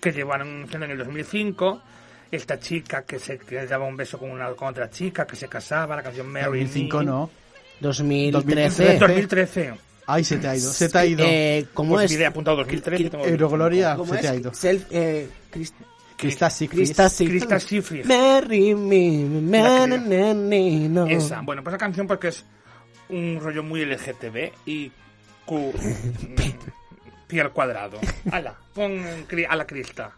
Speaker 3: que llevaron haciendo en el 2005. Esta chica que se que daba un beso con, una, con otra chica, que se casaba, la canción Mary.
Speaker 2: 2005
Speaker 3: Me.
Speaker 2: no.
Speaker 1: 2013.
Speaker 3: 2013.
Speaker 2: Ay, se te ha ido. Se te ha ido.
Speaker 1: Eh, ¿cómo
Speaker 3: Pues
Speaker 1: es?
Speaker 3: mira, he apuntado 2013. tengo-
Speaker 2: Eurogloria,
Speaker 1: ¿Cómo
Speaker 2: se te ha
Speaker 1: es?
Speaker 2: ido.
Speaker 1: Self, eh, Crist-
Speaker 2: Crista Siegfried.
Speaker 1: Krista Sig-
Speaker 3: Krista Siegfried.
Speaker 1: Marry me, me,
Speaker 3: La
Speaker 1: na, na, ni, no.
Speaker 3: Esa. Bueno, pues la canción porque es un rollo muy LGTB y Q. mm, pi al cuadrado. Ala, pon en cri- a la crista.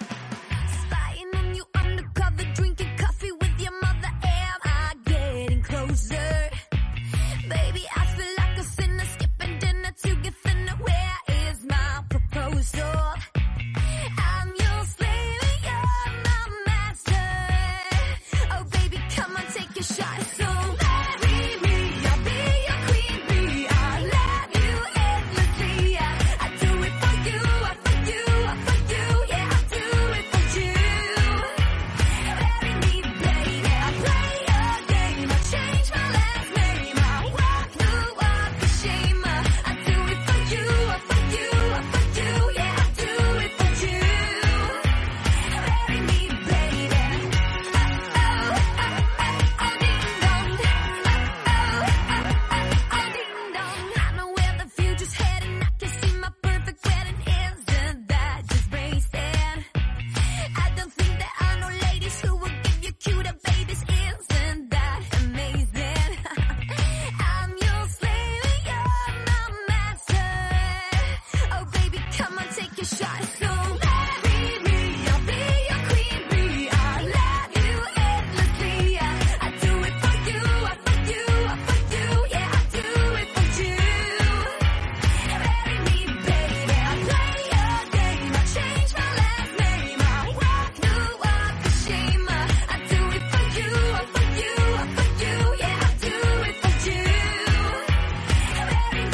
Speaker 8: spying on you undercover, drinking coffee with your mother. Am I getting closer? Baby, I feel like a sinner, skipping dinner to get thinner. Where is my proposal? I'm your slave and you're my master. Oh, baby, come on, take a shot. So marry me, I'll be your queen bee. I love you endlessly. I, I do it for you, I for you, I for you. Yeah, I do it for you. Marry me, baby. I play your game. I change my last name. I walk the walk of shame. I, I do it for you, I for you, I for you. Yeah, I do it for you. Marry me, baby. Oh, oh, oh, oh, ding dong. Oh, oh, Oh, ding dong. I know where the future's heading. I can see my perfect wedding. Isn't that just wasted? I don't think that I know ladies who will give you cuter babies. Isn't that amazing? I'm your slave and you're my master. Oh, baby, come on, take a shot. So marry me. I'll be your queen bee. I love you endlessly. I, I do it for you. I for you. I for you. Yeah, I do it for you. Marry me, baby. I play your game. I change my last name. I walk the walk of shame. I, I do it for you. I for you. I for you. Yeah, I do it for you. Marry me, baby.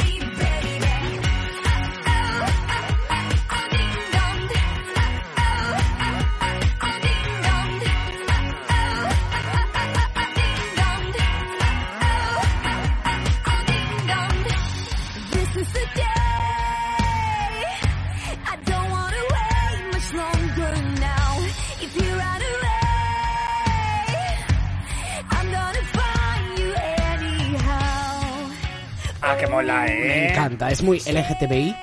Speaker 8: This is the day. I don't want to wait much longer now. If you run away, I'm gonna find you anyhow.
Speaker 3: Ah, que mola, eh.
Speaker 1: Me encanta, es muy LGTBI.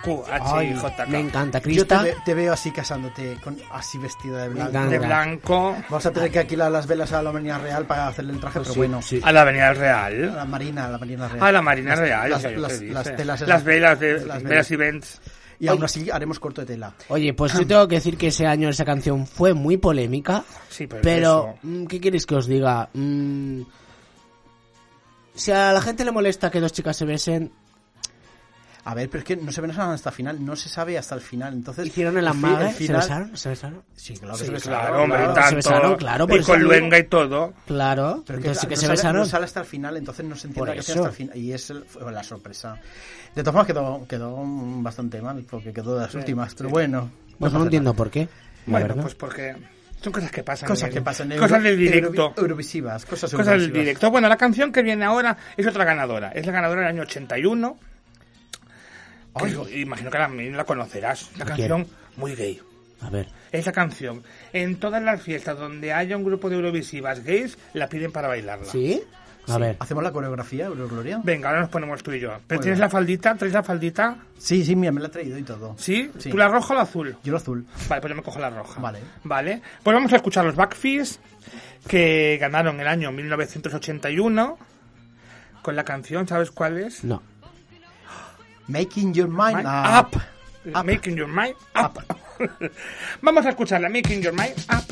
Speaker 3: Q,
Speaker 2: Ay,
Speaker 3: H, J, K.
Speaker 1: Me encanta,
Speaker 2: Yo te,
Speaker 1: Crista.
Speaker 2: ve- te veo así casándote, con, así vestida de blanco.
Speaker 1: encanta.
Speaker 3: de blanco
Speaker 2: Vamos a tener que alquilar las velas a la Marina Real para hacerle el
Speaker 1: Pues
Speaker 2: traje, pero bueno.
Speaker 3: a la Avenida
Speaker 2: A
Speaker 3: Real.
Speaker 2: la Marina, a la Marina Real.
Speaker 3: A Ah, la Marina
Speaker 2: Las-
Speaker 3: Real,
Speaker 2: Las,
Speaker 3: o sea, yo
Speaker 2: las-
Speaker 3: qué dice.
Speaker 2: las telas. esas-
Speaker 3: Las velas de
Speaker 2: las
Speaker 3: velas
Speaker 2: velas.
Speaker 3: y vents.
Speaker 2: Y aún así haremos corto de tela.
Speaker 1: Oye, pues yo tengo que decir que ese año esa canción fue muy polémica.
Speaker 3: Sí, pero eso.
Speaker 1: mm, ¿qué queréis que os diga? Mm, si a la gente le molesta que dos chicas se besen,
Speaker 2: A ver, pero es que no se ven hasta el final, no se sabe hasta el final. Entonces,
Speaker 1: hicieron el
Speaker 2: fi-
Speaker 1: amague,
Speaker 2: el
Speaker 1: ¿se
Speaker 2: final-
Speaker 1: besaron? ¿Se besaron?
Speaker 2: Sí, claro que
Speaker 1: Sí,
Speaker 2: se besaron,
Speaker 3: Claro, hombre,
Speaker 2: claro.
Speaker 3: y tanto.
Speaker 1: Se besaron, claro, por
Speaker 3: y
Speaker 1: eso
Speaker 3: con
Speaker 1: digo.
Speaker 3: luenga y todo.
Speaker 1: Claro,
Speaker 2: Pero
Speaker 1: entonces sí
Speaker 2: es claro,
Speaker 1: que
Speaker 2: no
Speaker 1: se
Speaker 2: sale-
Speaker 1: besaron.
Speaker 2: No sale hasta el final, entonces no se entiende
Speaker 1: Por
Speaker 2: que sea
Speaker 1: eso.
Speaker 2: hasta el final. Y es el- fue la sorpresa. De todas formas quedó, quedó mm, bastante mal, porque quedó de las últimas. Pero bueno.
Speaker 1: Pues
Speaker 2: pasa
Speaker 1: no
Speaker 2: nada.
Speaker 1: entiendo por qué. la
Speaker 3: Bueno,
Speaker 1: verdad.
Speaker 3: pues porque son cosas que pasan.
Speaker 2: Cosas
Speaker 3: en
Speaker 2: que
Speaker 3: el-
Speaker 2: pasan en
Speaker 3: Cosas
Speaker 2: Euro-
Speaker 3: del directo.
Speaker 2: Eurovi- Eurovisivas. Cosas,
Speaker 3: Cosas del
Speaker 2: eurovisivas.
Speaker 3: directo. Bueno, la canción que viene ahora es otra ganadora. Es la ganadora del año 81. que es- imagino que la, la conocerás. La
Speaker 1: ¿A quién?
Speaker 3: canción muy gay.
Speaker 1: A ver,
Speaker 3: Esa canción. En todas las fiestas donde haya un grupo de Eurovisivas gays, la piden para bailarla.
Speaker 1: ¿sí? A ver.
Speaker 2: ¿Hacemos la coreografía, Aurora Gloria?
Speaker 3: Venga, ahora nos ponemos tú y yo. Pero
Speaker 2: Muy
Speaker 3: tienes
Speaker 2: bien.
Speaker 3: la faldita, traes la faldita,
Speaker 2: Sí, sí, mira, me la he traído y todo.
Speaker 3: ¿sí?
Speaker 2: Sí.
Speaker 3: ¿Tú la roja o la azul?
Speaker 2: Yo lo azul.
Speaker 3: Vale, pues yo me cojo la roja.
Speaker 2: Vale.
Speaker 3: Vale. Pues vamos a escuchar los Backfist que ganaron el año 1981 con la canción, ¿sabes cuál es?
Speaker 1: No.
Speaker 2: Making your mind
Speaker 3: Mind
Speaker 2: up.
Speaker 3: Up. Making Your Mind Up. vamos a escucharla, Making Your Mind Up.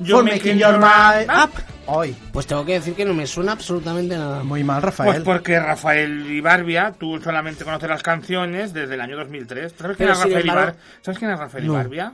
Speaker 3: You're
Speaker 2: For making your mind
Speaker 3: up.
Speaker 2: up. Hoy.
Speaker 1: Pues tengo que decir que no me suena absolutamente nada.
Speaker 2: Muy mal,
Speaker 3: Pues
Speaker 2: Rafael.
Speaker 3: porque Rafael Ibarbia, tú solamente conoces las canciones desde el año 2003. ¿Tú ¿Sabes quién
Speaker 1: Pero
Speaker 3: es
Speaker 1: sin
Speaker 3: Rafael
Speaker 1: embargo-
Speaker 3: Ibar- ¿Sabes quién es Rafael
Speaker 1: No.
Speaker 3: Ibarbia?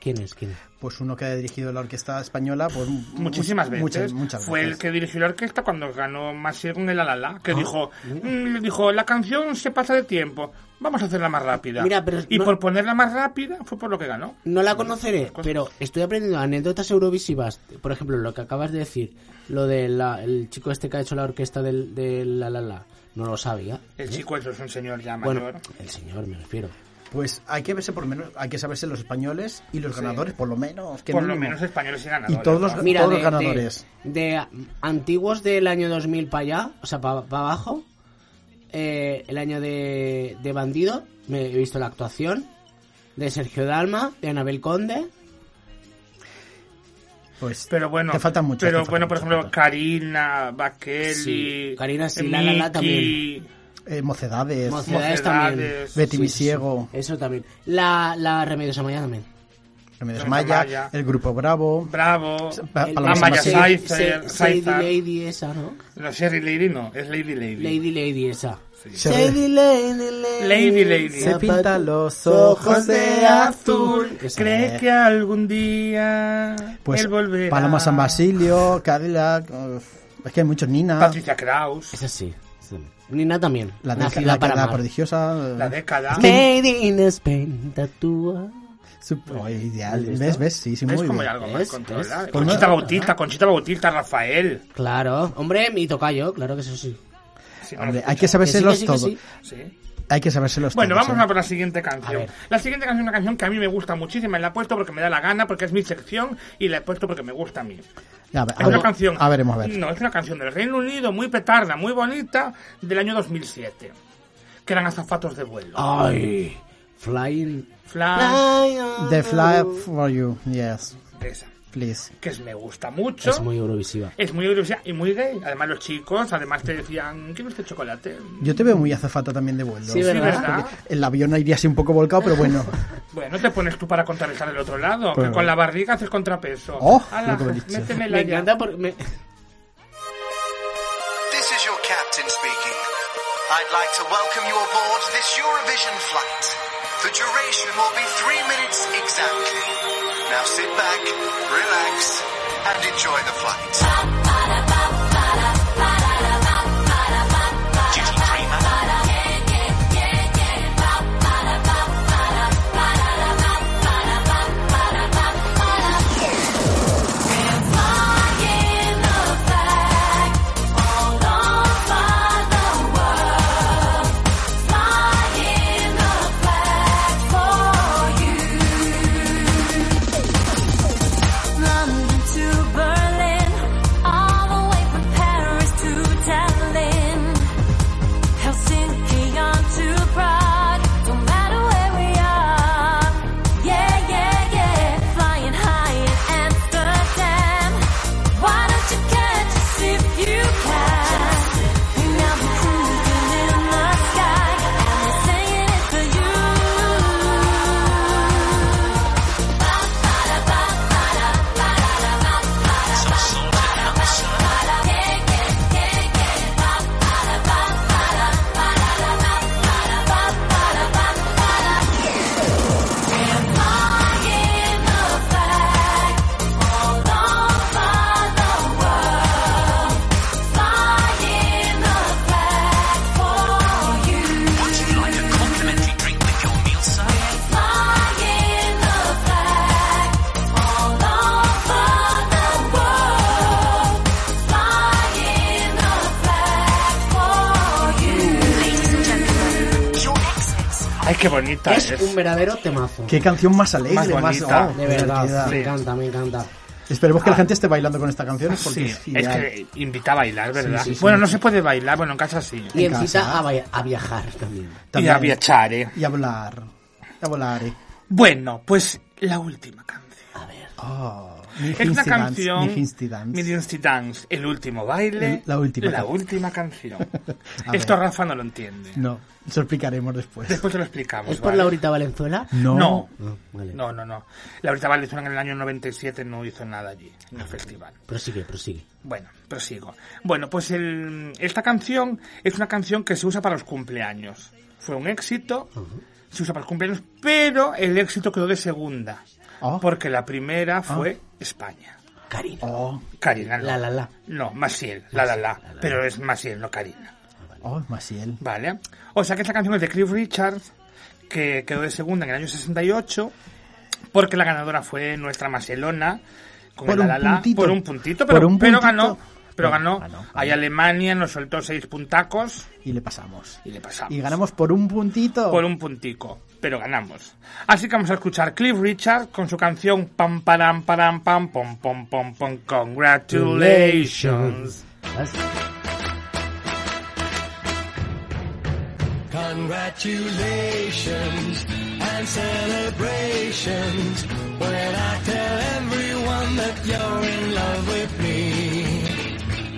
Speaker 1: ¿Quién es? ¿Quién es?
Speaker 2: Pues uno que ha dirigido la orquesta española por mu-
Speaker 3: Muchísimas veces.
Speaker 2: Muchas, muchas
Speaker 3: Fue el
Speaker 2: veces.
Speaker 3: que dirigió la orquesta cuando ganó Masier con el Alala, que dijo, mm, le dijo, la canción se pasa de tiempo, vamos a hacerla más rápida.
Speaker 1: Mira, pero
Speaker 3: y
Speaker 1: no-
Speaker 3: por ponerla más rápida fue por lo que ganó.
Speaker 1: No la conoceré, pero estoy aprendiendo anécdotas eurovisivas. Por ejemplo, lo que acabas de decir, lo del chico este que ha hecho la orquesta del, de La La La. No lo sabía.
Speaker 3: El chico eso es un señor ya mayor.
Speaker 1: Bueno, el señor, me refiero.
Speaker 2: Pues hay que verse por menos, hay que saberse los españoles y los ganadores, por lo menos. que
Speaker 3: por lo
Speaker 2: mínimo.
Speaker 3: menos españoles y ganadores.
Speaker 2: todos los-
Speaker 3: ¿no?
Speaker 1: Mira,
Speaker 2: Todos
Speaker 1: de,
Speaker 2: los ganadores.
Speaker 1: De, de antiguos del año 2000 para allá, o sea, para abajo, eh, el año de, de Bandido, me he visto la actuación de Sergio Dalma, de Anabel Conde.
Speaker 2: Pues
Speaker 3: Pero bueno,
Speaker 2: te faltan muchos.
Speaker 3: pero
Speaker 2: te faltan
Speaker 3: bueno, por
Speaker 2: muchos,
Speaker 3: ejemplo,
Speaker 2: te
Speaker 3: Karina, Bakeli,
Speaker 1: Sí, Karina sí, La La La
Speaker 3: Miki,
Speaker 2: faltan. Eh, mocedades,
Speaker 1: Mocedades también.
Speaker 3: Mocedades.
Speaker 2: Betty
Speaker 1: Sí, sí,
Speaker 2: Visiego,
Speaker 1: sí. Eso también. La, la Remedios Amaya también.
Speaker 2: No me
Speaker 3: Remedios
Speaker 2: desmaya,
Speaker 3: Amaya.
Speaker 2: el grupo Bravo,
Speaker 3: Bravo,
Speaker 2: Pa-
Speaker 1: El-
Speaker 2: Ah, Paloma
Speaker 3: Amaya
Speaker 2: Saiz-
Speaker 1: Sadie- Sadie
Speaker 3: Saizer, Saizar.
Speaker 1: Lady esa, ¿no?
Speaker 3: No, Sherry Lady no, es Lady Lady.
Speaker 1: Lady Lady esa.
Speaker 2: se,
Speaker 1: Lady
Speaker 3: Lady Lady.
Speaker 2: se pinta los
Speaker 1: ojos
Speaker 2: ojos
Speaker 1: de
Speaker 2: de
Speaker 1: azul.
Speaker 2: azul.
Speaker 1: Esa
Speaker 3: Cree
Speaker 1: es.
Speaker 3: que algún día
Speaker 2: Pues
Speaker 3: él volverá.
Speaker 2: Paloma San Basilio, Cadillac, uf, es que hay muchos Nina,
Speaker 3: Patricia Kraus,
Speaker 1: Esa sí. sí. Nina también.
Speaker 2: la
Speaker 1: Nacida
Speaker 2: década
Speaker 1: para
Speaker 2: la
Speaker 1: amar.
Speaker 2: prodigiosa,
Speaker 3: la década.
Speaker 1: Made in Spain, tatúa.
Speaker 2: Sup- oh, ideal, ves, ves, sí, sí,
Speaker 3: Es
Speaker 2: muy
Speaker 3: como
Speaker 2: bien.
Speaker 3: ya algo más
Speaker 1: ¿Ves?
Speaker 3: controlado.
Speaker 1: ¿Ves?
Speaker 3: Conchita Bautista, Conchita Bautista, Rafael.
Speaker 1: Claro. Hombre, mi tocayo, claro que eso sí.
Speaker 3: Sí, no
Speaker 2: Hombre,
Speaker 3: lo
Speaker 2: hay que
Speaker 3: escucho.
Speaker 2: sabérselos
Speaker 1: sí, que
Speaker 2: todos,
Speaker 1: sí.
Speaker 3: Sí.
Speaker 2: hay que sabérselos
Speaker 3: Bueno,
Speaker 2: todos.
Speaker 3: vamos
Speaker 2: ¿eh?
Speaker 3: a por la siguiente canción.
Speaker 1: ver.
Speaker 3: La siguiente canción es una canción que a mí me gusta muchísimo. y La he puesto porque me da la gana, porque es mi sección y la he puesto porque me gusta a mí.
Speaker 2: Ya, a ver,
Speaker 3: Es una
Speaker 2: a-
Speaker 3: canción.
Speaker 2: A Ah, veremos, a ver.
Speaker 3: No, es una canción del Reino Unido muy petarda, muy bonita, del año 2007. Que eran azafatos de vuelo.
Speaker 1: Ay. Flying.
Speaker 3: Flash.
Speaker 2: The Fly for You, yes.
Speaker 3: Esa.
Speaker 9: Please.
Speaker 3: que es me gusta mucho.
Speaker 1: Es muy eurovisiva.
Speaker 3: Es muy Eurovisión y muy gay. Además, los chicos, además te decían, ¿quieres este chocolate?
Speaker 2: Yo te veo muy azafata también de vuelo.
Speaker 1: Sí, ¿verdad?
Speaker 2: El avión iría así un poco volcado, pero bueno.
Speaker 3: Bueno, te pones tú para contrarrestar el otro lado.
Speaker 2: Bueno.
Speaker 3: Que con la barriga haces contrapeso.
Speaker 2: Oh,
Speaker 3: Ala,
Speaker 2: lo que me he dicho.
Speaker 3: méteme la
Speaker 1: Me encanta porque... me-
Speaker 10: This is your captain speaking. I'd like to welcome you aboard this Eurovision flight. The duration will be three minutes exactly. Now sit back, relax, and enjoy the flight. Duty Dreamer.
Speaker 8: London to Berlin, all the way from Paris to Dublin, Helsinki on to Prague. Don't matter where we are, yeah, yeah, yeah. Flying high in Amsterdam. Why don't you catch us if you can? Now we're cruising in the sky, and we're saying it for you.
Speaker 3: Ay, qué bonita es.
Speaker 1: Es un verdadero temazo.
Speaker 2: Qué canción más alegre, más.
Speaker 3: Más bonita.
Speaker 2: oh,
Speaker 1: De verdad,
Speaker 2: divertida.
Speaker 1: me
Speaker 3: Sí.
Speaker 1: encanta, me encanta.
Speaker 2: Esperemos que la gente esté bailando con esta canción porque es
Speaker 3: Ah, Sí, es
Speaker 2: genial.
Speaker 3: que invita a bailar, ¿verdad?
Speaker 1: Sí, sí, sí.
Speaker 3: bueno, no se puede bailar, bueno, en casa sí.
Speaker 1: Y incita a, vai- a viajar también.
Speaker 3: Y
Speaker 2: También.
Speaker 3: a viachar, eh.
Speaker 2: Y hablar. Y hablar. eh.
Speaker 3: Bueno, pues la última canción.
Speaker 2: Oh,
Speaker 3: Es una canción.
Speaker 2: Mi Hinsty Dance.
Speaker 3: Mi Hinsty Dance, el último baile.
Speaker 2: El- la última
Speaker 3: La
Speaker 2: canción.
Speaker 3: última canción.
Speaker 2: A
Speaker 3: Esto
Speaker 2: ver.
Speaker 3: Rafa no lo entiende.
Speaker 2: No, eso explicaremos después.
Speaker 3: Después te lo explicamos.
Speaker 1: ¿Es por
Speaker 3: Pues ¿vale?
Speaker 1: Laurita Valenzuela?
Speaker 2: No.
Speaker 3: No.
Speaker 1: No, vale.
Speaker 3: No, no, no. Laurita Valenzuela en el año 97 no hizo nada allí, en el festival.
Speaker 1: Prosigue, prosigue.
Speaker 3: Bueno, prosigo. Bueno, pues el- esta canción es una canción que se usa para los cumpleaños. Fue un éxito, se usa para los cumpleaños, pero el éxito quedó de segunda.
Speaker 2: Oh.
Speaker 3: Porque la primera fue
Speaker 2: Ah.
Speaker 3: España.
Speaker 1: Karina.
Speaker 2: Oh,
Speaker 3: Karina. no.
Speaker 1: La, la, la.
Speaker 3: No, Maciel, la, la, la. Pero es Maciel, no Karina.
Speaker 2: oh, Maciel.
Speaker 3: Vale. O sea que esta canción es de Cliff Richards, que quedó de segunda en el año 68, porque la ganadora fue nuestra Macelona, con
Speaker 2: Por
Speaker 3: el
Speaker 2: un
Speaker 3: la, la, la,
Speaker 2: puntito.
Speaker 3: por un puntito, pero,
Speaker 2: Por un
Speaker 3: pero
Speaker 2: puntito.
Speaker 3: ganó. Pero ganó.
Speaker 2: Ganó, ganó.
Speaker 3: Ahí Alemania nos soltó seis puntacos
Speaker 2: Y le pasamos.
Speaker 3: y le pasamos.
Speaker 2: Y ganamos por un puntito.
Speaker 3: Por un puntico, pero ganamos. Así que vamos a escuchar Cliff Richard con su canción Pam Param Param Pam Pom Pom Pom Pom Congratulations.
Speaker 7: Congratulations and celebrations when I tell everyone that you're in love with me.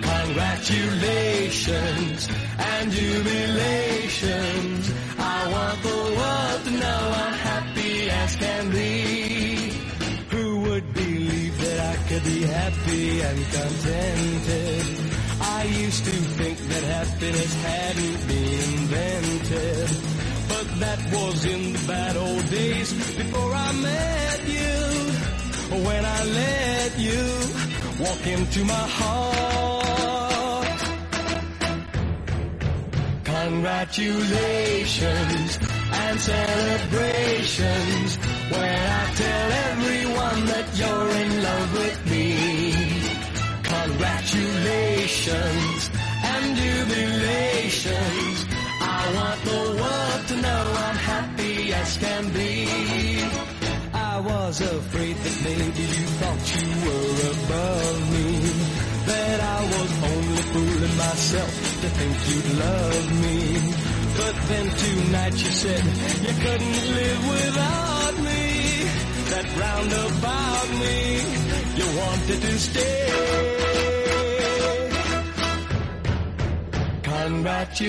Speaker 7: Congratulations and jubilations. I want the world to know I'm happy as can be. Who would believe that I could be happy and contented? I used to think that happiness hadn't been invented. But that was in the bad old days before I met you. When I let you walk into my heart. Congratulations and celebrations when I tell everyone that you're in love with me. Congratulations and jubilations. I want the world to know I'm happy as can be. I was afraid that maybe you thought you were above me. That I was only fooling myself to think you'd love me. But then tonight you said you couldn't live without me. That roundabout me, you you wanted to stay.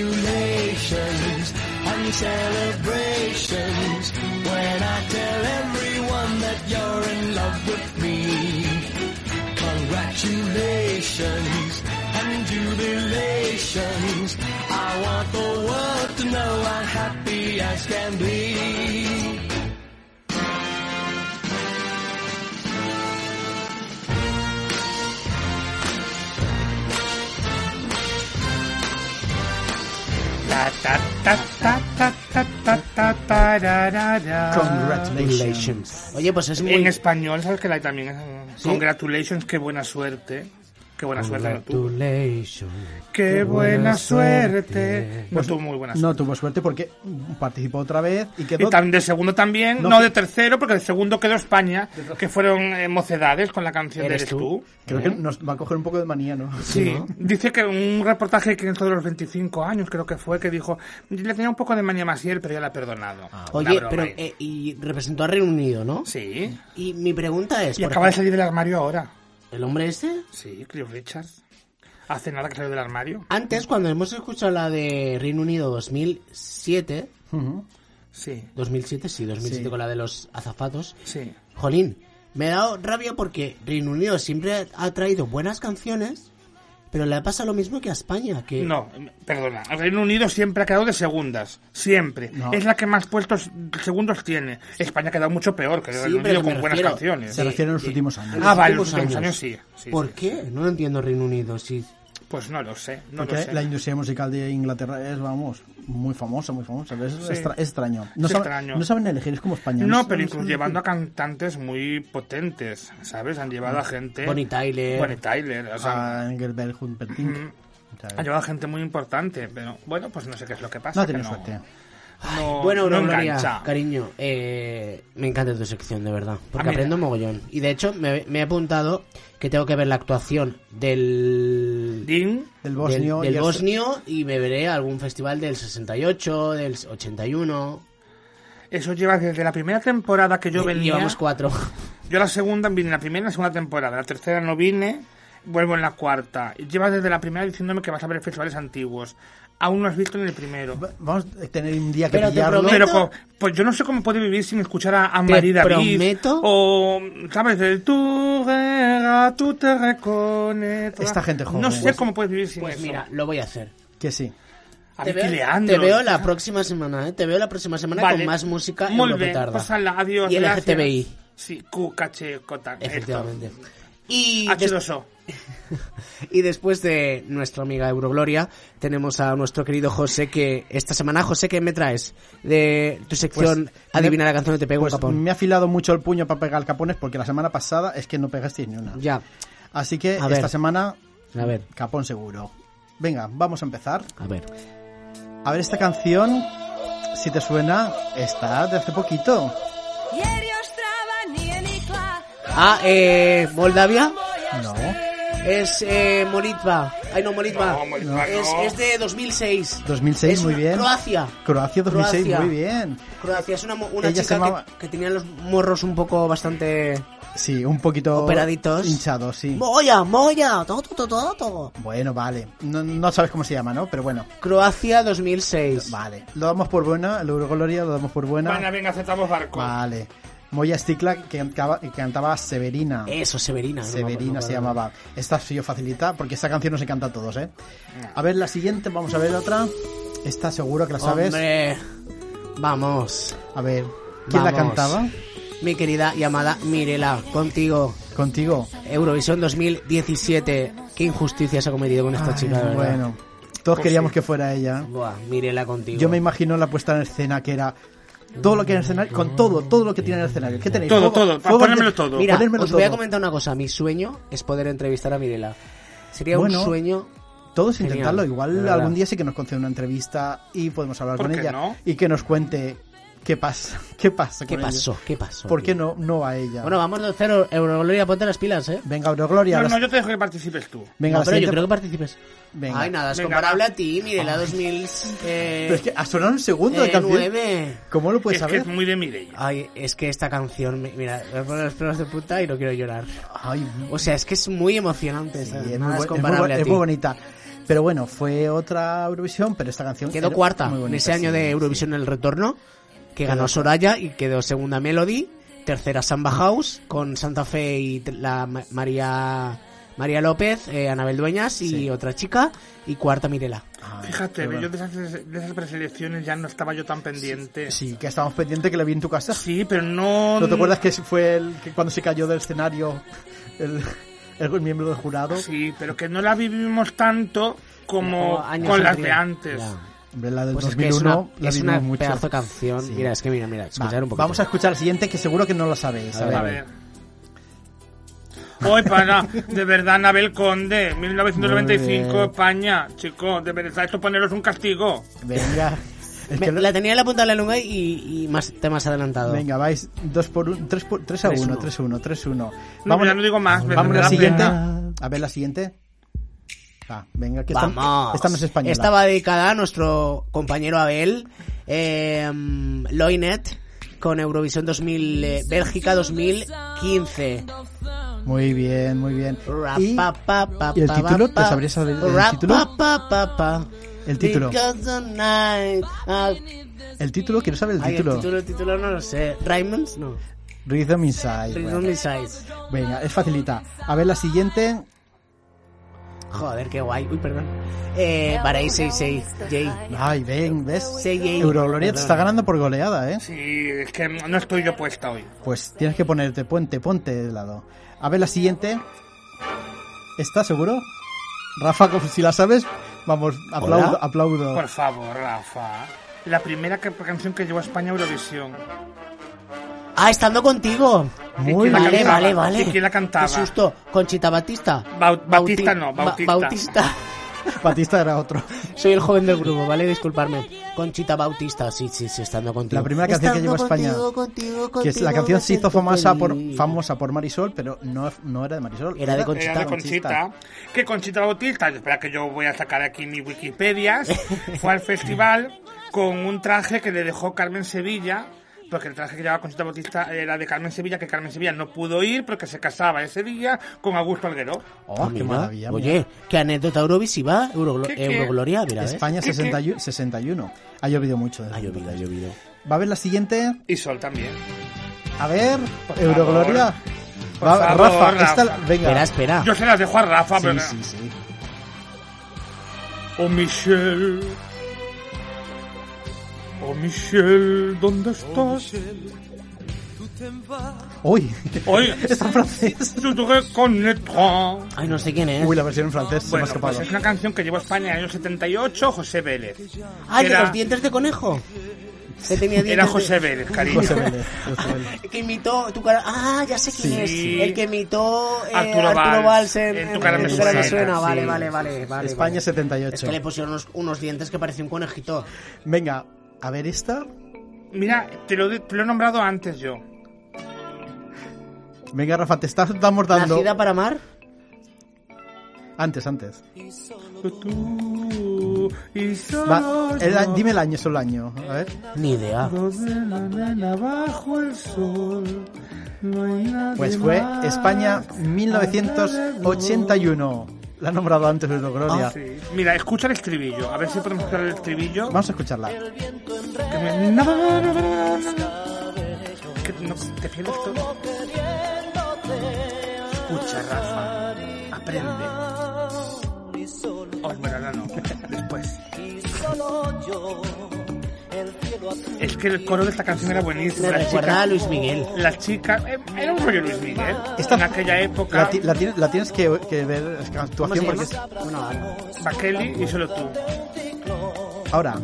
Speaker 7: Congratulations on your celebrations when I tell everyone that you're in love with me. Congratulations and jubilations. I want the world to know I'm happy as can be.
Speaker 3: Ta, ta, ta, ta, ta, ta, ta, ta, ta, ra, ra, ra.
Speaker 2: Congratulations.
Speaker 1: Oye, pues es muy.
Speaker 3: En español, ¿sabes que la hay también? eh? Congratulations, qué buena suerte. Qué buena suerte. no tuvo. Qué buena suerte. No tuvo muy buena suerte.
Speaker 2: No tuvo suerte porque participó otra vez y quedó.
Speaker 3: Y tam- de segundo también,
Speaker 2: No,
Speaker 3: no,
Speaker 2: que-
Speaker 3: de tercero, porque de segundo quedó España, que fueron eh, mocedades con la canción de
Speaker 1: ¿Eres
Speaker 3: Eres tú.
Speaker 2: Creo que nos va a coger un poco de manía, ¿no?
Speaker 3: Sí, dice que un reportaje que dentro de los 25 años creo que fue, que dijo, le tenía un poco de manía a Maciel, pero ya la he perdonado. Ah, Una
Speaker 1: Oye,
Speaker 3: broma
Speaker 1: pero.
Speaker 3: ahí.
Speaker 1: eh, y representó a Reino Unido, ¿no?
Speaker 3: Sí,
Speaker 1: Y mi pregunta es:
Speaker 3: y
Speaker 1: por
Speaker 3: acaba de
Speaker 1: ejemplo,
Speaker 3: salir del armario ahora.
Speaker 1: ¿el hombre este?
Speaker 3: Sí, Cliff Richards. Hace nada que salió del armario.
Speaker 1: Antes, cuando hemos escuchado la de Reino Unido 2007,
Speaker 3: Sí,
Speaker 1: 2007, sí, 2007
Speaker 2: Sí.
Speaker 1: con la de los azafatos,
Speaker 3: sí.
Speaker 1: Jolín, me ha dado rabia porque Reino Unido siempre ha traído buenas canciones, pero le pasa lo mismo que a España, que
Speaker 3: No, perdona. El Reino Unido siempre ha quedado de segundas. Siempre.
Speaker 2: No.
Speaker 3: Es la que más puestos segundos tiene. España ha quedado mucho peor que el
Speaker 1: Sí,
Speaker 3: Reino
Speaker 1: pero
Speaker 3: Unido
Speaker 1: que me
Speaker 3: con buenas
Speaker 1: refiero-
Speaker 3: canciones.
Speaker 2: Se
Speaker 1: Sí,
Speaker 2: refiere a los
Speaker 1: sí.
Speaker 2: últimos años.
Speaker 3: Ah,
Speaker 1: los
Speaker 3: vale, los
Speaker 1: últimos
Speaker 3: últimos años,
Speaker 1: años.
Speaker 3: sí. sí,
Speaker 1: ¿por
Speaker 3: sí.
Speaker 1: qué? No lo entiendo Reino Unido, sí.
Speaker 3: Pues no lo sé. No lo
Speaker 2: Porque
Speaker 3: sé.
Speaker 2: la industria musical de Inglaterra es, vamos, muy famosa, muy famosa. Es extra- extraño. No
Speaker 3: Es
Speaker 2: saben,
Speaker 3: extraño.
Speaker 2: No saben elegir, es como español.
Speaker 3: No, pero incluso llevando a cantantes muy potentes, ¿sabes? Han llevado a gente...
Speaker 1: Bonnie Tyler.
Speaker 3: Bonnie Tyler, o sea...
Speaker 2: a Engelbert Humperdinck. O sea,
Speaker 3: Han llevado a gente muy importante, pero bueno, pues no sé qué es lo que pasa.
Speaker 2: No ha
Speaker 3: que
Speaker 2: tenido suerte.
Speaker 3: no-
Speaker 1: bueno,
Speaker 3: no
Speaker 1: no, Gloria,
Speaker 3: engancha.
Speaker 1: cariño, eh, me encanta tu sección, de verdad, porque
Speaker 3: A mí-
Speaker 1: aprendo mogollón. Y de hecho, me, me he apuntado que tengo que ver la actuación del...
Speaker 3: Dean,
Speaker 2: Del bosnio.
Speaker 1: del,
Speaker 2: y el-
Speaker 1: bosnio y me veré a algún festival del 68, del 81.
Speaker 3: eso lleva desde la primera temporada que yo venía.
Speaker 1: Eh, Llevamos cuatro.
Speaker 3: Yo la segunda vine en la primera y la segunda temporada, la tercera no vine, vuelvo en la cuarta. Llevas desde la primera diciéndome que vas a ver festivales antiguos. Aún no has visto en el primero.
Speaker 2: Va- Vamos a tener un día que
Speaker 1: Pero te
Speaker 2: pillarlo.
Speaker 1: prometo-
Speaker 3: Pero co- pues yo no sé cómo puede vivir sin escuchar a, a
Speaker 1: Te
Speaker 3: María David.
Speaker 1: prometo.
Speaker 3: O, ¿sabes? El tú rega, tú te reconectas.
Speaker 2: Esta gente joven.
Speaker 3: No sé
Speaker 2: Pues-
Speaker 3: cómo puedes vivir sin
Speaker 1: Pues
Speaker 3: eso.
Speaker 1: mira, lo voy a hacer.
Speaker 2: Que sí.
Speaker 3: a
Speaker 1: Te
Speaker 3: Vicky
Speaker 1: veo,
Speaker 3: Leandro.
Speaker 1: te veo la próxima semana, ¿eh? Te veo la próxima semana
Speaker 3: Vale.
Speaker 1: con más música en
Speaker 3: Muy
Speaker 1: lo que
Speaker 3: bien,
Speaker 1: tarda.
Speaker 3: pues ala, adiós.
Speaker 1: Y el
Speaker 3: gracias.
Speaker 1: LGTBI,
Speaker 3: Sí, Q, H, Cota.
Speaker 1: efectivamente. Y, des-
Speaker 3: H2O.
Speaker 1: y después de nuestra amiga Eurogloria, tenemos a nuestro querido José que esta semana, José, ¿qué me traes? De tu sección
Speaker 2: Pues,
Speaker 1: Adivina
Speaker 2: me-
Speaker 1: la canción que te pego
Speaker 2: Pues
Speaker 1: un capón.
Speaker 2: me ha afilado mucho el puño para pegar capones porque la semana pasada es que no pegasteis ni una.
Speaker 1: Ya,
Speaker 2: Así que
Speaker 1: A
Speaker 2: esta
Speaker 1: ver.
Speaker 2: semana,
Speaker 1: a ver,
Speaker 2: capón seguro. Venga, vamos a empezar.
Speaker 1: a ver.
Speaker 2: A ver, esta canción, si te suena, está de hace poquito.
Speaker 8: Jer još trava nije nikla,
Speaker 1: Ah, eh, Moldavia
Speaker 2: No.
Speaker 1: es eh, Molitva. Ay, no, Molitva.
Speaker 3: No, Molitva
Speaker 1: Es,
Speaker 3: no.
Speaker 1: es de 2006.
Speaker 2: 2006,
Speaker 1: Es
Speaker 2: muy
Speaker 1: una-
Speaker 2: bien.
Speaker 1: Croacia.
Speaker 2: Croacia 2006,
Speaker 1: Croacia.
Speaker 2: muy bien.
Speaker 1: Croacia es una, mo- una
Speaker 2: Ella
Speaker 1: chica
Speaker 2: se llamaba-
Speaker 1: que, que tenía los morros un poco bastante
Speaker 2: Sí, un poquito
Speaker 1: operaditos.
Speaker 2: hinchado, sí.
Speaker 1: Moya, Moya, todo, todo, todo, todo.
Speaker 2: Bueno, vale. No, no sabes cómo se llama, ¿no? Pero bueno,
Speaker 1: Croacia 2006.
Speaker 2: vale. Lo damos por buena, el Eurogloria lo damos por
Speaker 3: Venga,
Speaker 2: buena.
Speaker 3: venga, aceptamos barco.
Speaker 2: Vale. Moya Stikla que cantaba, que cantaba Severina.
Speaker 1: Eso, Severina. no me acuerdo,
Speaker 2: Severina
Speaker 1: no
Speaker 2: se
Speaker 1: me acuerdo.
Speaker 2: llamaba. Esta ha sido facilita porque esta canción no se canta a todos, ¿eh?
Speaker 1: Mm.
Speaker 2: A ver la siguiente, vamos a ver otra. Esta seguro que la sabes.
Speaker 1: Hombre, vamos.
Speaker 2: A ver, ¿quién la
Speaker 1: Vamos.
Speaker 2: cantaba?
Speaker 1: Mi querida y amada Mirela, contigo.
Speaker 2: Contigo.
Speaker 1: Eurovisión 2017. Qué injusticia se ha cometido con esta
Speaker 2: Ay,
Speaker 1: chica, de verdad. Pues
Speaker 2: bueno, todos queríamos que fuera ella.
Speaker 1: Buah, Mirela contigo.
Speaker 2: Yo me imagino la puesta en escena que era todo lo que hay en el escenario, con todo, todo lo que tiene en el escenario. ¿Qué tenéis?
Speaker 3: Todo,
Speaker 2: Fuego,
Speaker 3: todo,
Speaker 2: fuego,
Speaker 3: ponérmelo
Speaker 2: ante-
Speaker 3: todo.
Speaker 1: Mira,
Speaker 2: ponérmelo
Speaker 1: os voy a
Speaker 2: todo.
Speaker 1: comentar una cosa. Mi sueño es poder entrevistar a Mirela. Sería
Speaker 2: Bueno.
Speaker 1: un sueño.
Speaker 2: Todos
Speaker 1: Genial,
Speaker 2: intentarlo,
Speaker 1: de
Speaker 2: igual
Speaker 1: verdad.
Speaker 2: algún día sí que nos concede una entrevista y podemos hablar
Speaker 3: ¿Por
Speaker 2: con
Speaker 3: qué
Speaker 2: ella
Speaker 3: no?
Speaker 2: y que nos cuente ¿Qué pasa? ¿Qué pasa?
Speaker 1: ¿Qué
Speaker 2: con ello?
Speaker 1: pasó? ¿Qué pasó?
Speaker 2: ¿Por qué
Speaker 1: tío?
Speaker 2: no, no a ella?
Speaker 1: Bueno, vamos 2-0. Eurogloria, ponte las pilas, ¿eh?
Speaker 2: venga, Eurogloria.
Speaker 3: No,
Speaker 2: las-
Speaker 3: no, yo te dejo que participes tú.
Speaker 2: Venga,
Speaker 1: No, pero
Speaker 2: la
Speaker 1: yo
Speaker 2: siguiente-
Speaker 1: creo que participes.
Speaker 2: Venga.
Speaker 1: Ay, nada, es
Speaker 3: Venga,
Speaker 1: comparable
Speaker 3: va.
Speaker 1: a ti. Mire, la 2000. Eh,
Speaker 2: Pero es que ha sonado un segundo de
Speaker 1: eh,
Speaker 2: canción.
Speaker 1: nueve.
Speaker 2: ¿Cómo lo puedes
Speaker 3: es
Speaker 2: saber?
Speaker 3: que es muy de Mireia.
Speaker 1: Ay, es que esta canción, me- mira, me ponen los pelos de punta y no quiero llorar.
Speaker 2: Ay,
Speaker 1: O sea, es que es muy emocionante.
Speaker 2: sí,
Speaker 1: esta,
Speaker 2: es, muy,
Speaker 1: nada
Speaker 2: bu-
Speaker 1: es
Speaker 2: es muy bu-
Speaker 1: comparable a
Speaker 2: es
Speaker 1: ti.
Speaker 2: muy bonita. Pero bueno, fue otra Eurovisión, pero esta canción
Speaker 1: Quedó
Speaker 2: era
Speaker 1: cuarta
Speaker 2: muy
Speaker 1: en
Speaker 2: bonita,
Speaker 1: ese año
Speaker 2: sí,
Speaker 1: de Eurovisión en el retorno, que ganó Soraya y quedó segunda Melody, tercera Samba House con Santa Fe y t- la Ma- María María López, eh, Anabel Dueñas y
Speaker 2: Sí.
Speaker 1: otra chica y cuarta Mirela.
Speaker 2: sí. Ay,
Speaker 3: Fíjate,
Speaker 2: Ah, qué
Speaker 3: yo
Speaker 2: bueno.
Speaker 3: de esas, de esas preselecciones ya no estaba yo tan pendiente. Sí,
Speaker 2: Sí, que estábamos pendientes que la vi en tu casa.
Speaker 3: pero no...
Speaker 2: ¿No te acuerdas que fue el que cuando se cayó del escenario el, el miembro del jurado?
Speaker 3: Sí, pero que no la vivimos tanto como
Speaker 1: Como años
Speaker 3: con las de
Speaker 1: anteriores.
Speaker 3: antes.
Speaker 1: Ya.
Speaker 2: Hombre, la del
Speaker 1: Pues es que es
Speaker 2: 2001
Speaker 1: una,
Speaker 2: la
Speaker 1: es
Speaker 2: vivimos
Speaker 1: una
Speaker 2: mucho.
Speaker 1: pedazo de canción.
Speaker 2: Sí.
Speaker 1: Mira, es que mira, mira, escuchar
Speaker 2: Va,
Speaker 1: un poquito.
Speaker 2: vamos a escuchar la siguiente que seguro que no la sabéis.
Speaker 3: A ver. Hoy para, de verdad, Anabel Conde, 1995, España. Chico, de verdad, esto poneros un castigo.
Speaker 2: Venga. Es
Speaker 1: Me-
Speaker 2: que lo-
Speaker 1: La tenía en la punta de la lengua y, y más te más adelantado.
Speaker 2: Venga, vais 2 por 1, 3 por 3 a
Speaker 1: Tres,
Speaker 2: 1,
Speaker 1: uno.
Speaker 2: 3 1, 3 1.
Speaker 3: No, ya no digo más, me-
Speaker 2: Vamos
Speaker 3: me
Speaker 2: a la
Speaker 3: da
Speaker 2: siguiente.
Speaker 3: pena.
Speaker 2: A ver la siguiente. Ah, venga, que esta,
Speaker 1: Vamos.
Speaker 2: esta no es española.
Speaker 1: Estaba dedicada a nuestro compañero Abel, eh, Loinet, con Eurovisión 2000, eh, Bélgica 2015.
Speaker 2: Muy bien, muy bien.
Speaker 1: Ra,
Speaker 2: Y
Speaker 1: pa, pa, pa,
Speaker 2: ¿y el
Speaker 1: pa,
Speaker 2: título?
Speaker 1: pa,
Speaker 2: ¿Te
Speaker 1: pa.
Speaker 2: sabrías saber el
Speaker 1: Ra,
Speaker 2: título?
Speaker 1: pa, pa, pa, pa.
Speaker 2: El título.
Speaker 1: Because the night- ah,
Speaker 2: el título, quiero saber el
Speaker 1: ay,
Speaker 2: título.
Speaker 1: el título, el título no lo sé. Raymonds, no.
Speaker 2: Rhythm Inside.
Speaker 1: Rhythm
Speaker 2: bueno.
Speaker 1: Insights.
Speaker 2: Venga, es facilita. A ver la siguiente.
Speaker 1: Joder, qué guay. Uy, perdón. Eh, para J.
Speaker 2: Ay, ven, ¿ves?
Speaker 1: J.
Speaker 2: Eurogloria te está ganando por goleada, ¿eh?
Speaker 3: Sí, es que no estoy yo puesta hoy.
Speaker 2: Pues tienes que ponerte, ponte, ponte de lado. A ver la siguiente. ¿Está seguro? Rafa, como si la sabes, vamos, aplaudo,
Speaker 1: Hola.
Speaker 2: aplaudo.
Speaker 3: Por favor, Rafa. La primera que- canción que llevó a España a Eurovisión.
Speaker 1: Ah, estando contigo.
Speaker 3: ¿Y
Speaker 2: Muy
Speaker 3: quién la
Speaker 2: bien.
Speaker 1: Vale,
Speaker 3: cantaba?
Speaker 1: vale, vale.
Speaker 3: ¿Y quién la cantaba?
Speaker 1: Qué susto. Conchita Batista.
Speaker 3: Bau- Batista
Speaker 1: Bauti-
Speaker 3: no,
Speaker 1: Ba-
Speaker 3: Bautista.
Speaker 1: Bautista.
Speaker 2: Batista era otro.
Speaker 1: Soy el joven del grupo, ¿vale? Disculparme. Conchita Bautista, sí, sí, sí, estando contigo.
Speaker 2: La primera canción que
Speaker 1: Estando
Speaker 2: llevó a España.
Speaker 1: contigo, contigo,
Speaker 2: Que
Speaker 1: contigo,
Speaker 2: la canción
Speaker 1: me
Speaker 2: se hizo
Speaker 1: siento
Speaker 2: famosa por,
Speaker 1: feliz.
Speaker 2: famosa por Marisol, pero no, no era de Marisol.
Speaker 1: Era de Conchita.
Speaker 3: Era Eh, de Conchita, que Conchita Bautista, espera que yo voy a sacar aquí mi Wikipedia, fue al festival con un traje que le dejó Carmen Sevilla, porque el traje que llevaba Conchita Bautista era de Carmen Sevilla, que Carmen Sevilla no pudo ir porque se casaba ese día con Augusto Alguero.
Speaker 2: Oh,
Speaker 1: Ah,
Speaker 2: qué
Speaker 1: mira.
Speaker 2: maravilla. mira.
Speaker 1: Oye, qué anécdota eurovisiva, Euroglo-
Speaker 3: ¿Qué, qué?
Speaker 1: Eurogloria, mira, ¿eh?
Speaker 2: España
Speaker 3: ¿Qué, qué?
Speaker 2: 61 61. Ha llovido mucho. ¿eh?
Speaker 1: Ha llovido, ha llovido.
Speaker 2: Va a ver la siguiente.
Speaker 3: Y Sol también.
Speaker 2: A ver,
Speaker 3: Por
Speaker 2: Eurogloria.
Speaker 3: Por
Speaker 2: Va-
Speaker 3: favor,
Speaker 2: Rafa,
Speaker 3: Rafa.
Speaker 2: esta, venga.
Speaker 1: Espera, espera.
Speaker 3: Yo se las dejo a Rafa,
Speaker 2: Sí,
Speaker 3: pero...
Speaker 2: sí, sí.
Speaker 3: Oh, Michelle. Oh, Michelle, ¿dónde estás?
Speaker 2: Uy,
Speaker 3: Hoy,
Speaker 2: está en francés.
Speaker 3: je te reconnaîtrai.
Speaker 1: Ay, no sé quién es.
Speaker 2: Uy, la versión en francés se me ha
Speaker 3: Bueno,
Speaker 2: Pues escapado.
Speaker 3: pues es una canción que llevó a España en el año 78, José Vélez.
Speaker 1: Ay, de
Speaker 3: era,
Speaker 1: los dientes de conejo. Que tenía dientes
Speaker 3: era
Speaker 1: de-
Speaker 3: José Vélez, cariño.
Speaker 2: José Vélez, José Vélez.
Speaker 1: El que imitó tu cara. Ah, ya sé quién
Speaker 2: Sí.
Speaker 1: es. El que imitó eh,
Speaker 3: Arturo
Speaker 1: Arturo,
Speaker 3: Valls
Speaker 1: Valls, en,
Speaker 3: en Tu cara
Speaker 1: en
Speaker 3: me
Speaker 1: Tu cara me
Speaker 3: suena,
Speaker 1: suena. Vale,
Speaker 3: sí.
Speaker 1: vale, vale, vale.
Speaker 2: España
Speaker 1: vale.
Speaker 2: 78.
Speaker 1: Es que le pusieron unos, unos dientes que parecía un conejito.
Speaker 2: Venga, a ver esta.
Speaker 3: Mira, te lo, te lo he nombrado antes yo.
Speaker 2: Venga, Rafa, te estás- estamos dando.
Speaker 1: ¿Nacida para amar?
Speaker 2: Antes, antes.
Speaker 3: Tú y solo
Speaker 2: Va, el-
Speaker 3: yo,
Speaker 2: dime el año, solo el año. A ver.
Speaker 1: Ni idea.
Speaker 3: dos de la mañana bajo el sol, no hay nadie
Speaker 2: Pues fue
Speaker 3: más.
Speaker 2: España 1981. La ha nombrado antes de
Speaker 1: Ah,
Speaker 2: Gloria.
Speaker 3: Sí. Mira, escucha el estribillo, a ver si podemos escuchar el estribillo.
Speaker 2: Vamos a escucharla.
Speaker 3: Que me- na, na, na, na, na, na. Que no- te pierdes todo. Escucha, Rafa. Aprende. Oh, bueno, no, no. Después. Es que el coro de esta canción era buenísimo.
Speaker 1: Me
Speaker 3: La
Speaker 1: recuerda a
Speaker 3: chica,
Speaker 1: Luis Miguel.
Speaker 3: la chica eh, era un rollo Luis Miguel.
Speaker 2: Esta-
Speaker 3: en aquella
Speaker 2: La,
Speaker 3: época,
Speaker 2: ti- la ti- la tienes que, que ver, es que
Speaker 1: ¿Cómo se
Speaker 2: actuación, porque
Speaker 1: llama?
Speaker 2: es-
Speaker 1: Bueno, ahora.
Speaker 3: Bakeli y solo tú.
Speaker 2: Ahora,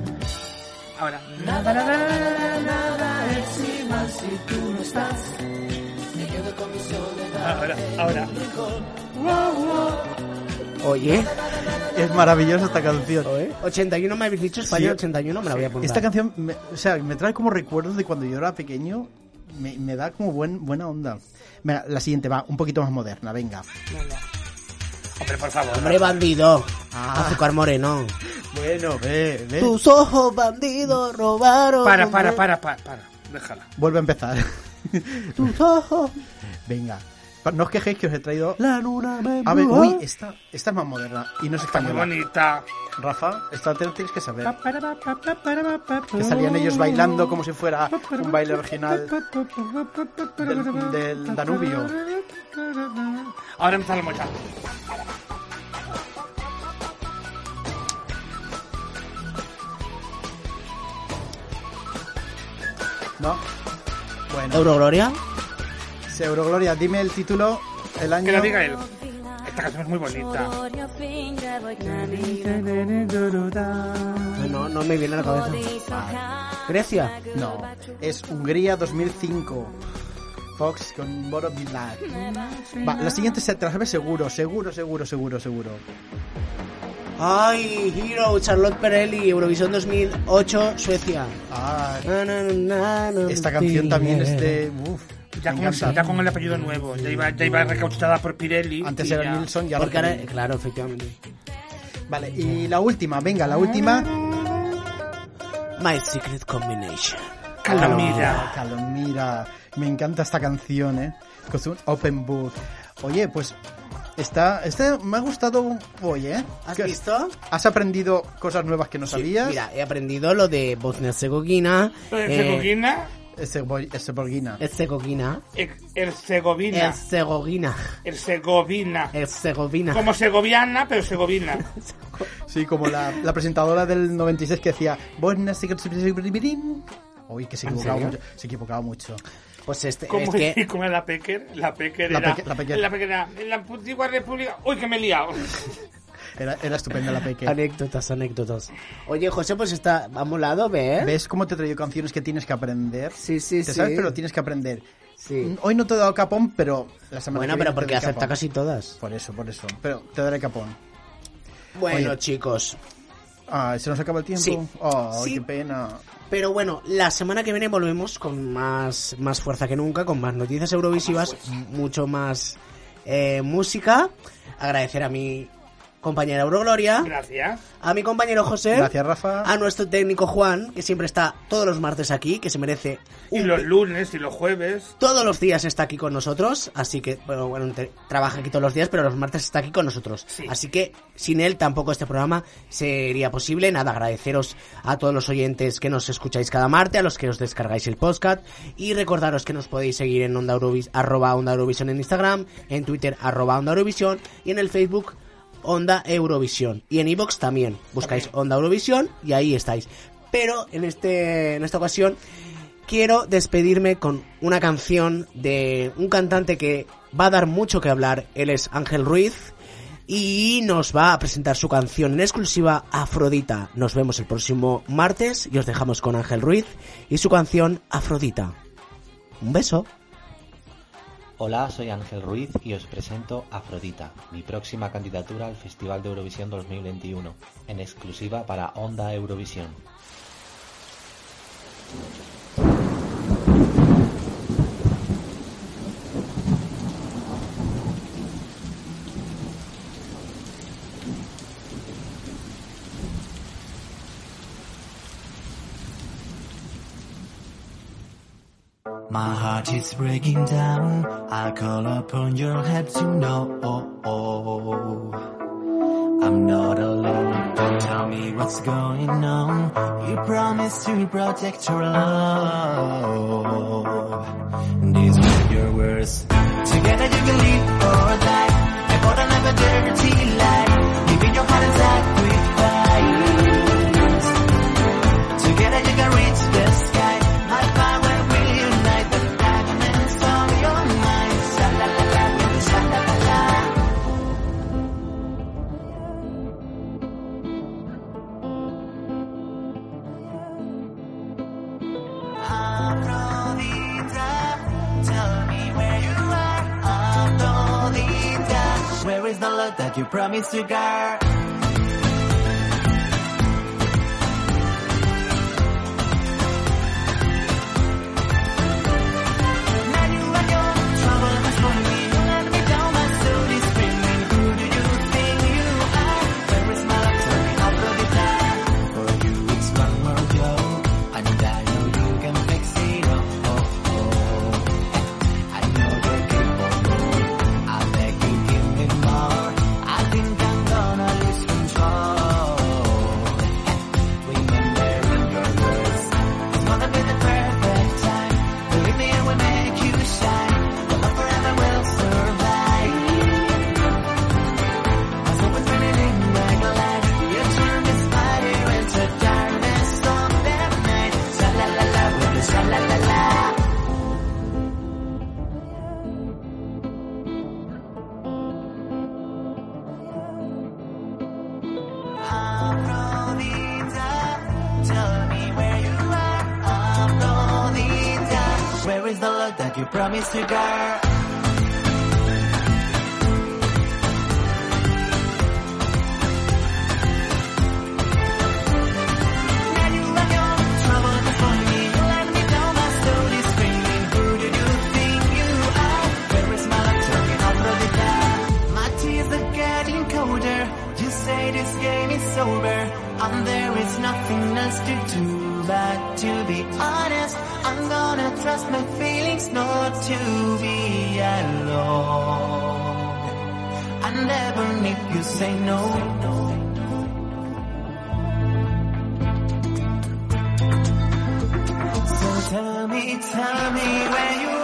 Speaker 3: Ahora. Nada, nada, nada, nada encima si tú no estás. Ahora, ahora. Wow, wow.
Speaker 1: Oye,
Speaker 2: Es maravillosa esta canción.
Speaker 1: oye, 81 me habéis dicho España,
Speaker 2: Sí.
Speaker 1: 81 me la voy a apuntar.
Speaker 2: Esta canción, me- o sea, me trae como recuerdos de cuando yo era pequeño. Me, me da como buen, buena onda. Venga, la siguiente va, un poquito más moderna, venga.
Speaker 3: Hombre, por favor.
Speaker 1: Hombre bandido, azúcar moreno.
Speaker 2: Bueno, ve, ve.
Speaker 1: Tus ojos bandidos robaron.
Speaker 3: Para, para, para, para, para. Déjala.
Speaker 2: Vuelve a empezar.
Speaker 1: Tus ojos.
Speaker 2: venga. Pa- No os quejéis que os he traído...
Speaker 1: La luna me
Speaker 2: A ver,
Speaker 1: embrujó.
Speaker 2: uy, esta, esta es más moderna y no es
Speaker 3: Está muy
Speaker 2: española.
Speaker 3: bonita.
Speaker 2: Rafa, esta te la tienes que saber. Que salían ellos bailando como si fuera un baile original del, del Danubio.
Speaker 3: Ahora empieza la mocha.
Speaker 2: ¿No? Bueno,
Speaker 1: Eurogloria.
Speaker 2: Eurogloria, dime el título, el año...
Speaker 3: Que lo diga él. Esta canción es muy bonita.
Speaker 1: Ay, No, no me viene a la cabeza. Grecia.
Speaker 2: No, es Hungría 2005. Fox con Boro Black. Va, la siguiente se atrasabe seguro, seguro, seguro, seguro, seguro.
Speaker 1: Ay, Hero, Charlotte Perelli, Eurovisión 2008, Suecia.
Speaker 2: Ah,
Speaker 1: Na, na, na, na,
Speaker 2: esta canción también
Speaker 1: na.
Speaker 2: es de. Uf,
Speaker 3: Ya
Speaker 2: me
Speaker 3: con,
Speaker 2: encanta.
Speaker 3: ya con el apellido nuevo. Ya iba, ya iba recauchada por Pirelli.
Speaker 2: Antes
Speaker 3: y
Speaker 2: era
Speaker 3: ya.
Speaker 2: Nilsson y ahora.
Speaker 1: Porque ahora,
Speaker 2: Pirelli.
Speaker 1: claro, efectivamente.
Speaker 2: Vale, y la última, venga, la última.
Speaker 1: My Secret Combination.
Speaker 3: Calamira.
Speaker 2: Ah, Calomira. Me encanta esta canción, eh. Con su Open Book. Oye, pues. Esta, este me ha gustado hoy, ¿eh?
Speaker 1: ¿Has
Speaker 2: ¿Qué-
Speaker 1: visto?
Speaker 2: ¿Has aprendido cosas nuevas que no sabías?
Speaker 1: Mira, he aprendido lo de Bosnia-Herzegovina. eh,
Speaker 3: Herzegovina.
Speaker 2: Ese boy- ese Borghina.
Speaker 1: Herzegovina.
Speaker 3: Herzegovina.
Speaker 1: Herzegovina.
Speaker 3: Herzegovina.
Speaker 1: Herzegovina.
Speaker 3: Como segoviana, pero segovina.
Speaker 2: Sí, como la, la presentadora del 96 que decía Bosnia Secret Uy, que se equivocaba
Speaker 1: serio?
Speaker 2: mucho. Se equivocaba mucho.
Speaker 1: Pues este, es
Speaker 3: Como,
Speaker 1: que...
Speaker 3: como era la Pecker. La Pecker
Speaker 2: La
Speaker 3: era.
Speaker 2: Peque- la Pecker.
Speaker 3: era. En la antigua república. Uy, que me he liado.
Speaker 2: Era, era estupenda la peque.
Speaker 1: Anécdotas, anécdotas. Oye, José, pues está... Ha molado, ¿ves?
Speaker 2: ¿Ves cómo te he traído canciones que tienes que aprender?
Speaker 1: Sí, sí,
Speaker 2: Te
Speaker 1: sí.
Speaker 2: sabes, pero tienes que aprender.
Speaker 1: Sí.
Speaker 2: Hoy no te he dado capón, pero la semana
Speaker 1: Bueno,
Speaker 2: que viene
Speaker 1: pero
Speaker 2: te
Speaker 1: porque
Speaker 2: doy
Speaker 1: acepta
Speaker 2: capón.
Speaker 1: casi todas.
Speaker 2: Por eso, por eso. Pero te daré capón.
Speaker 1: Bueno,
Speaker 2: Oye.
Speaker 1: chicos.
Speaker 2: Ay, se nos acaba el tiempo.
Speaker 1: Sí.
Speaker 2: Ay,
Speaker 1: Sí.
Speaker 2: qué pena.
Speaker 1: Pero bueno, la semana que viene volvemos con más, más fuerza que nunca, con más noticias eurovisivas, mucho más eh, música. Agradecer a mi compañera Eurogloria,
Speaker 3: Gracias.
Speaker 1: a mi compañero José,
Speaker 2: Gracias, Rafa.
Speaker 1: a nuestro técnico Juan, que siempre está todos los martes aquí, que se merece
Speaker 3: Y
Speaker 1: un...
Speaker 3: los lunes y los jueves.
Speaker 1: Todos los días está aquí con nosotros, así que, bueno, bueno, te- trabaja aquí todos los días, pero los martes está aquí con nosotros.
Speaker 3: Sí.
Speaker 1: Así que sin él tampoco este programa sería posible. Nada, agradeceros a todos los oyentes que nos escucháis cada martes, a los que os descargáis el podcast y recordaros que nos podéis seguir en Onda Eurovis, arroba Onda Eurovisión en Instagram, en Twitter arroba Onda Eurovisión y en el Facebook Onda Eurovisión. Y en iVoox también. Buscáis Onda Eurovisión y ahí estáis. Pero en, este, en esta ocasión quiero despedirme con una canción de un cantante que va a dar mucho que hablar. Él es Ángel Ruiz y nos va a presentar su canción en exclusiva Afrodita. Nos vemos el próximo martes y os dejamos con Ángel Ruiz y su canción Afrodita. Un beso.
Speaker 9: Hola, soy Ángel Ruiz y os presento Afrodita, mi próxima candidatura al Festival de Eurovisión 2021, en exclusiva para Onda Eurovisión.
Speaker 6: My heart is breaking down. I call upon your help to know. I'm not alone. Tell me what's going on. You promised to protect your love. These were your words. Together you can live or die. I got another dirty life. Leaving your heart and sacrifice. Together you can reach the sky. My power will unite the fragments of your mind. Sha la la la, sha la la la. Aphrodite, tell me where you are. Aphrodite,
Speaker 7: the love that you promised to guard. Oh, Where is the love that you promised to guard? And there is nothing else to do but to be honest. I'm gonna trust my feelings not to be alone. I never need you say no. So tell me, tell me where you